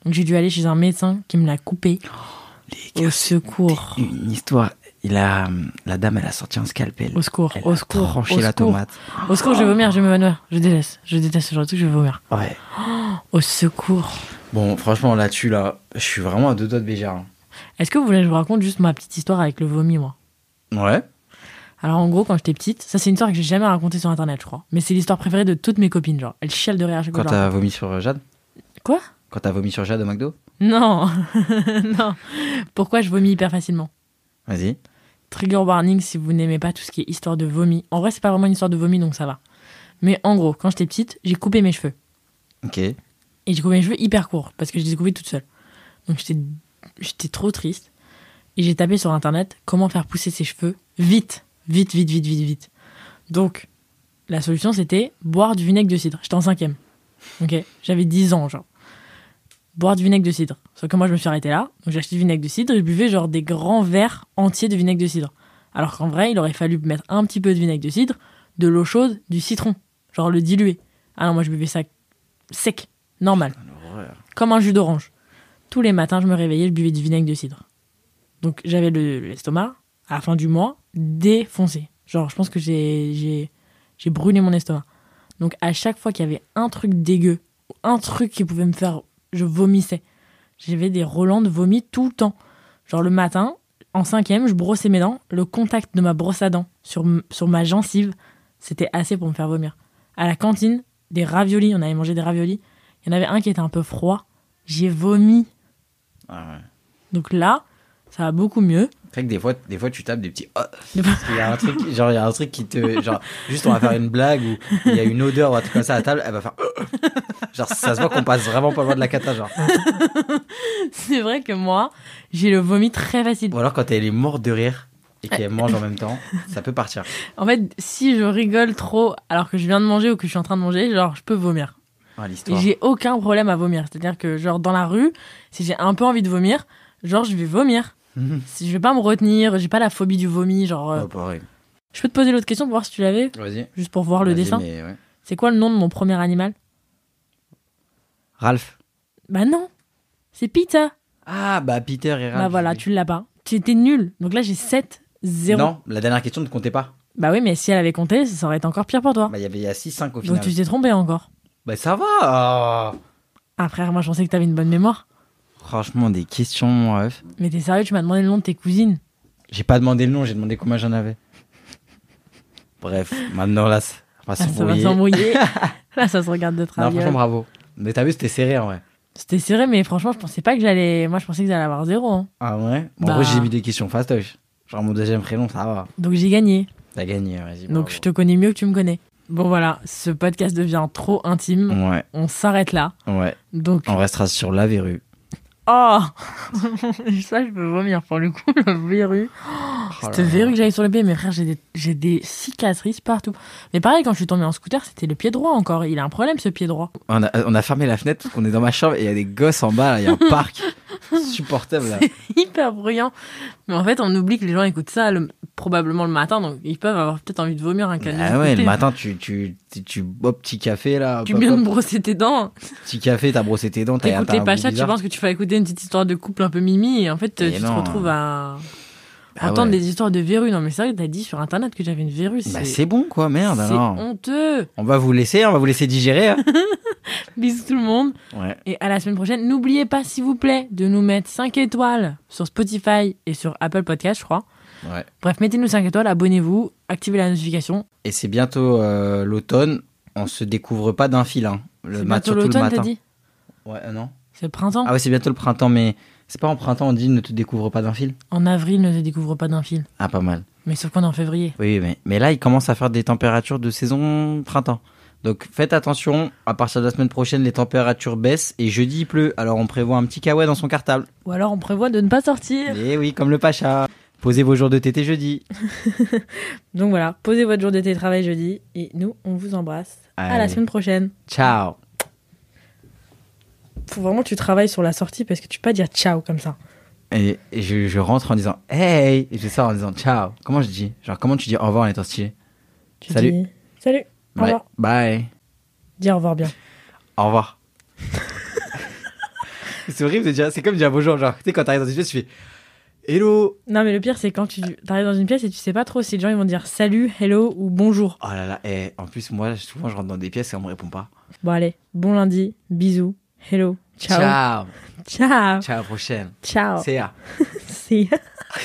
[SPEAKER 1] Donc, j'ai dû aller chez un médecin qui me l'a coupé.
[SPEAKER 2] Oh, Les
[SPEAKER 1] au secours.
[SPEAKER 2] Une histoire. Il a, la dame, elle a sorti un scalpel.
[SPEAKER 1] Au secours,
[SPEAKER 2] Elle
[SPEAKER 1] au
[SPEAKER 2] a
[SPEAKER 1] secours,
[SPEAKER 2] tranché
[SPEAKER 1] au
[SPEAKER 2] la
[SPEAKER 1] secours.
[SPEAKER 2] tomate.
[SPEAKER 1] Au secours, je vais vomir, je vais m'évanouir. Je déteste. Je déteste ce genre de truc, je vais vomir.
[SPEAKER 2] Ouais.
[SPEAKER 1] Au secours.
[SPEAKER 2] Bon, franchement, là-dessus, là, je suis vraiment à deux doigts de Béjar. hein.
[SPEAKER 1] Est-ce que vous voulez que je vous raconte juste ma petite histoire avec le vomi, moi
[SPEAKER 2] Ouais.
[SPEAKER 1] Alors en gros, quand j'étais petite, ça c'est une histoire que j'ai jamais racontée sur internet, je crois. Mais c'est l'histoire préférée de toutes mes copines, genre. Elles chialent de rire à chaque fois.
[SPEAKER 2] Quand
[SPEAKER 1] que je leur
[SPEAKER 2] t'as vomi sur euh, Jade
[SPEAKER 1] raconte. Quoi
[SPEAKER 2] Quand t'as vomi sur Jade au McDo
[SPEAKER 1] Non [laughs] Non Pourquoi je vomis hyper facilement
[SPEAKER 2] Vas-y.
[SPEAKER 1] Trigger warning si vous n'aimez pas tout ce qui est histoire de vomi. En vrai, c'est pas vraiment une histoire de vomi, donc ça va. Mais en gros, quand j'étais petite, j'ai coupé mes cheveux.
[SPEAKER 2] Ok.
[SPEAKER 1] Et j'ai coupé mes cheveux hyper courts, parce que je les ai coupés toute seule. Donc j'étais j'étais trop triste. Et j'ai tapé sur internet comment faire pousser ses cheveux vite, vite, vite, vite, vite, vite. Donc, la solution c'était boire du vinaigre de cidre. J'étais en cinquième. Ok, j'avais 10 ans, genre. Boire du vinaigre de cidre. Sauf que moi, je me suis arrêtée là. Donc, j'ai acheté du vinaigre de cidre et je buvais genre des grands verres entiers de vinaigre de cidre. Alors qu'en vrai, il aurait fallu mettre un petit peu de vinaigre de cidre, de l'eau chaude, du citron, genre le diluer. Ah non, moi je buvais ça sec, normal,
[SPEAKER 2] Ah, L'horreur.
[SPEAKER 1] comme un jus d'orange. Tous les matins, je me réveillais, je buvais du vinaigre de cidre. Donc j'avais le- l'estomac, à la fin du mois, défoncé. Genre, je pense que j'ai- j'ai j'ai brûlé mon estomac. Donc à chaque fois qu'il y avait un truc dégueu, un truc qui pouvait me faire, je vomissais. J'avais des relents de vomi tout le temps. Genre le matin, en cinquième, je brossais mes dents. Le contact de ma brosse à dents sur, m- sur ma gencive, c'était assez pour me faire vomir. À la cantine, des raviolis, on avait mangé des raviolis. Il y en avait un qui était un peu froid. J'ai vomi.
[SPEAKER 2] Ah ouais.
[SPEAKER 1] Donc là, ça va beaucoup mieux. [laughs]
[SPEAKER 2] C'est vrai que des fois, des fois, tu tapes des petits. Ah Parce qu'il y a un truc, genre, il y a un truc qui te. Genre, juste, on va faire une blague ou il y a une odeur ou un truc comme ça à la table, elle va faire. ah. Genre, ça se voit qu'on passe vraiment pas loin de la cata, genre.
[SPEAKER 1] C'est vrai que moi, j'ai le vomi très facile.
[SPEAKER 2] Ou alors quand elle est morte de rire et qu'elle mange en même temps, ça peut partir.
[SPEAKER 1] En fait, si je rigole trop alors que je viens de manger ou que je suis en train de manger, genre, je peux vomir.
[SPEAKER 2] Ah,
[SPEAKER 1] Et
[SPEAKER 2] l'histoire.
[SPEAKER 1] j'ai aucun problème à vomir. C'est-à-dire que, genre, dans la rue, si j'ai un peu envie de vomir, genre, je vais vomir.
[SPEAKER 2] Mhm.
[SPEAKER 1] Si je vais pas me retenir, j'ai pas la phobie du vomi, genre. euh,
[SPEAKER 2] Oh, pareil.
[SPEAKER 1] Je peux te poser l'autre question pour voir si tu l'avais,
[SPEAKER 2] Vas-y.
[SPEAKER 1] juste pour voir le
[SPEAKER 2] Vas-y,
[SPEAKER 1] dessin.
[SPEAKER 2] mais ouais.
[SPEAKER 1] C'est quoi le nom de mon premier animal
[SPEAKER 2] Ralph.
[SPEAKER 1] Bah non, c'est Pizza.
[SPEAKER 2] Ah, bah Peter et Ralph.
[SPEAKER 1] bah voilà,
[SPEAKER 2] oui.
[SPEAKER 1] tu l'as pas. Tu étais nul. Donc là, j'ai 7 0.
[SPEAKER 2] Non, la dernière question ne comptait pas.
[SPEAKER 1] Bah oui, mais si elle avait compté, ça aurait été encore pire pour toi.
[SPEAKER 2] Bah, il y avait il y a 6-5 au final.
[SPEAKER 1] Donc tu t'es trompé encore.
[SPEAKER 2] Bah, ça va.
[SPEAKER 1] Ah frère, moi je pensais que t'avais une bonne mémoire.
[SPEAKER 2] Franchement, des questions, mon ref.
[SPEAKER 1] Mais t'es sérieux, tu m'as demandé le nom de tes cousines.
[SPEAKER 2] J'ai pas demandé le nom, j'ai demandé combien j'en avais. Bref, maintenant là, ça va
[SPEAKER 1] Ah, ça va
[SPEAKER 2] s'embrouiller. Non, [laughs]
[SPEAKER 1] s'embrouiller. là, ça se regarde de travail.
[SPEAKER 2] franchement, bravo. Mais t'as vu, c'était serré en vrai.
[SPEAKER 1] C'était serré, mais franchement, je pensais pas que j'allais. Moi, je pensais que j'allais avoir zéro. hein.
[SPEAKER 2] Ah ouais En
[SPEAKER 1] Bah.
[SPEAKER 2] vrai, j'ai mis des questions fastoche. Genre mon deuxième prénom, ça va.
[SPEAKER 1] Donc j'ai gagné.
[SPEAKER 2] T'as gagné, vas-y.
[SPEAKER 1] Donc je te connais mieux que tu me connais. Bon voilà, ce podcast devient trop intime.
[SPEAKER 2] Ouais,
[SPEAKER 1] On s'arrête là.
[SPEAKER 2] ouais.
[SPEAKER 1] Donc
[SPEAKER 2] On restera sur la verrue.
[SPEAKER 1] oh, [laughs] ça je peux vomir pour le coup la verrue. Oh,
[SPEAKER 2] Oh
[SPEAKER 1] Cette verrue que j'avais sur le pied, mes frères, j'ai des, j'ai des cicatrices partout. Mais pareil, quand je suis tombée en scooter, c'était le pied droit encore. Il a un problème ce pied droit. [laughs]
[SPEAKER 2] On a, on a fermé la fenêtre parce qu'on est dans ma chambre et il y a des gosses en bas, là, il y a un
[SPEAKER 1] [laughs]
[SPEAKER 2] parc. Supportable là.
[SPEAKER 1] Hyper bruyant. Mais en fait, on oublie que les gens écoutent ça le- probablement le matin, donc ils peuvent avoir peut-être envie de vomir un câlin.
[SPEAKER 2] Ah ouais, le matin, tu, tu, tu, tu hop, petit café là.
[SPEAKER 1] Tu
[SPEAKER 2] hop,
[SPEAKER 1] viens de
[SPEAKER 2] hop,
[SPEAKER 1] brosser tes dents.
[SPEAKER 2] Petit café, t'as brossé tes dents, t'as
[SPEAKER 1] T'écoutes
[SPEAKER 2] t'as
[SPEAKER 1] les
[SPEAKER 2] un
[SPEAKER 1] pachas,
[SPEAKER 2] goût
[SPEAKER 1] tu
[SPEAKER 2] bizarre.
[SPEAKER 1] penses que tu vas écouter une petite histoire de couple un peu mimi, et en fait, euh,
[SPEAKER 2] Et
[SPEAKER 1] tu
[SPEAKER 2] non.
[SPEAKER 1] te retrouves à
[SPEAKER 2] Bah
[SPEAKER 1] entendre
[SPEAKER 2] ouais.
[SPEAKER 1] des histoires de verrues. Non, mais c'est vrai que t'as dit sur internet que j'avais une verrue.
[SPEAKER 2] Bah c'est bon quoi, merde
[SPEAKER 1] c'est
[SPEAKER 2] alors.
[SPEAKER 1] honteux.
[SPEAKER 2] On va vous laisser, on va vous laisser digérer. hein.
[SPEAKER 1] [laughs] Bisous tout le monde.
[SPEAKER 2] ouais.
[SPEAKER 1] Et à la semaine prochaine. N'oubliez pas, s'il vous plaît, de nous mettre 5 étoiles sur Spotify et sur Apple Podcast, je crois.
[SPEAKER 2] ouais.
[SPEAKER 1] Bref, mettez-nous 5 étoiles, abonnez-vous, activez la notification.
[SPEAKER 2] Et c'est bientôt euh, l'automne, on se découvre pas d'un fil. hein. Le
[SPEAKER 1] C'est
[SPEAKER 2] mat-
[SPEAKER 1] bientôt
[SPEAKER 2] surtout le
[SPEAKER 1] l'automne,
[SPEAKER 2] matin.
[SPEAKER 1] t'as dit
[SPEAKER 2] Ouais, euh, non.
[SPEAKER 1] C'est le printemps.
[SPEAKER 2] Ah ouais, c'est bientôt le printemps, mais c'est pas en printemps, on dit ne te découvre pas d'un fil.
[SPEAKER 1] En avril, ne se découvre pas d'un fil.
[SPEAKER 2] Ah, pas mal.
[SPEAKER 1] Mais sauf qu'on est en février.
[SPEAKER 2] Oui, mais, mais là, il commence à faire des températures de saison printemps. Donc faites attention, à partir de la semaine prochaine, les températures baissent et jeudi il pleut. Alors on prévoit un petit kawaii dans son cartable.
[SPEAKER 1] Ou alors on prévoit de ne pas sortir.
[SPEAKER 2] Et oui, comme le Pacha. Posez vos jours de tété jeudi.
[SPEAKER 1] Donc voilà, posez votre jour de télétravail jeudi et nous, on vous embrasse. À la
[SPEAKER 2] Allez.
[SPEAKER 1] semaine prochaine.
[SPEAKER 2] Ciao.
[SPEAKER 1] Faut vraiment que tu travailles sur la sortie parce que tu peux pas dire ciao comme ça.
[SPEAKER 2] Et, et je, je rentre en disant hey et je sors en disant ciao. Comment je dis Genre comment tu dis au revoir en étant stylé
[SPEAKER 1] Tu
[SPEAKER 2] Salut.
[SPEAKER 1] dis, Salut. Au
[SPEAKER 2] Ouais.
[SPEAKER 1] revoir.
[SPEAKER 2] Bye.
[SPEAKER 1] Dis au revoir bien. [laughs]
[SPEAKER 2] Au revoir. c'est horrible de dire. C'est comme dire bonjour. Genre tu sais quand t'arrives dans une pièce tu fais hello.
[SPEAKER 1] Non, mais le pire, c'est quand tu arrives dans une pièce et tu sais pas trop si les gens ils vont dire salut, hello ou bonjour.
[SPEAKER 2] Oh là là. Et en plus moi souvent je rentre dans des pièces et on me répond pas.
[SPEAKER 1] Bon, allez, bon lundi, bisous, hello, ciao.
[SPEAKER 2] Ciao.
[SPEAKER 1] Ciao.
[SPEAKER 2] Ciao à la prochaine.
[SPEAKER 1] Ciao.
[SPEAKER 2] C'est à.
[SPEAKER 1] See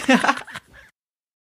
[SPEAKER 1] ya.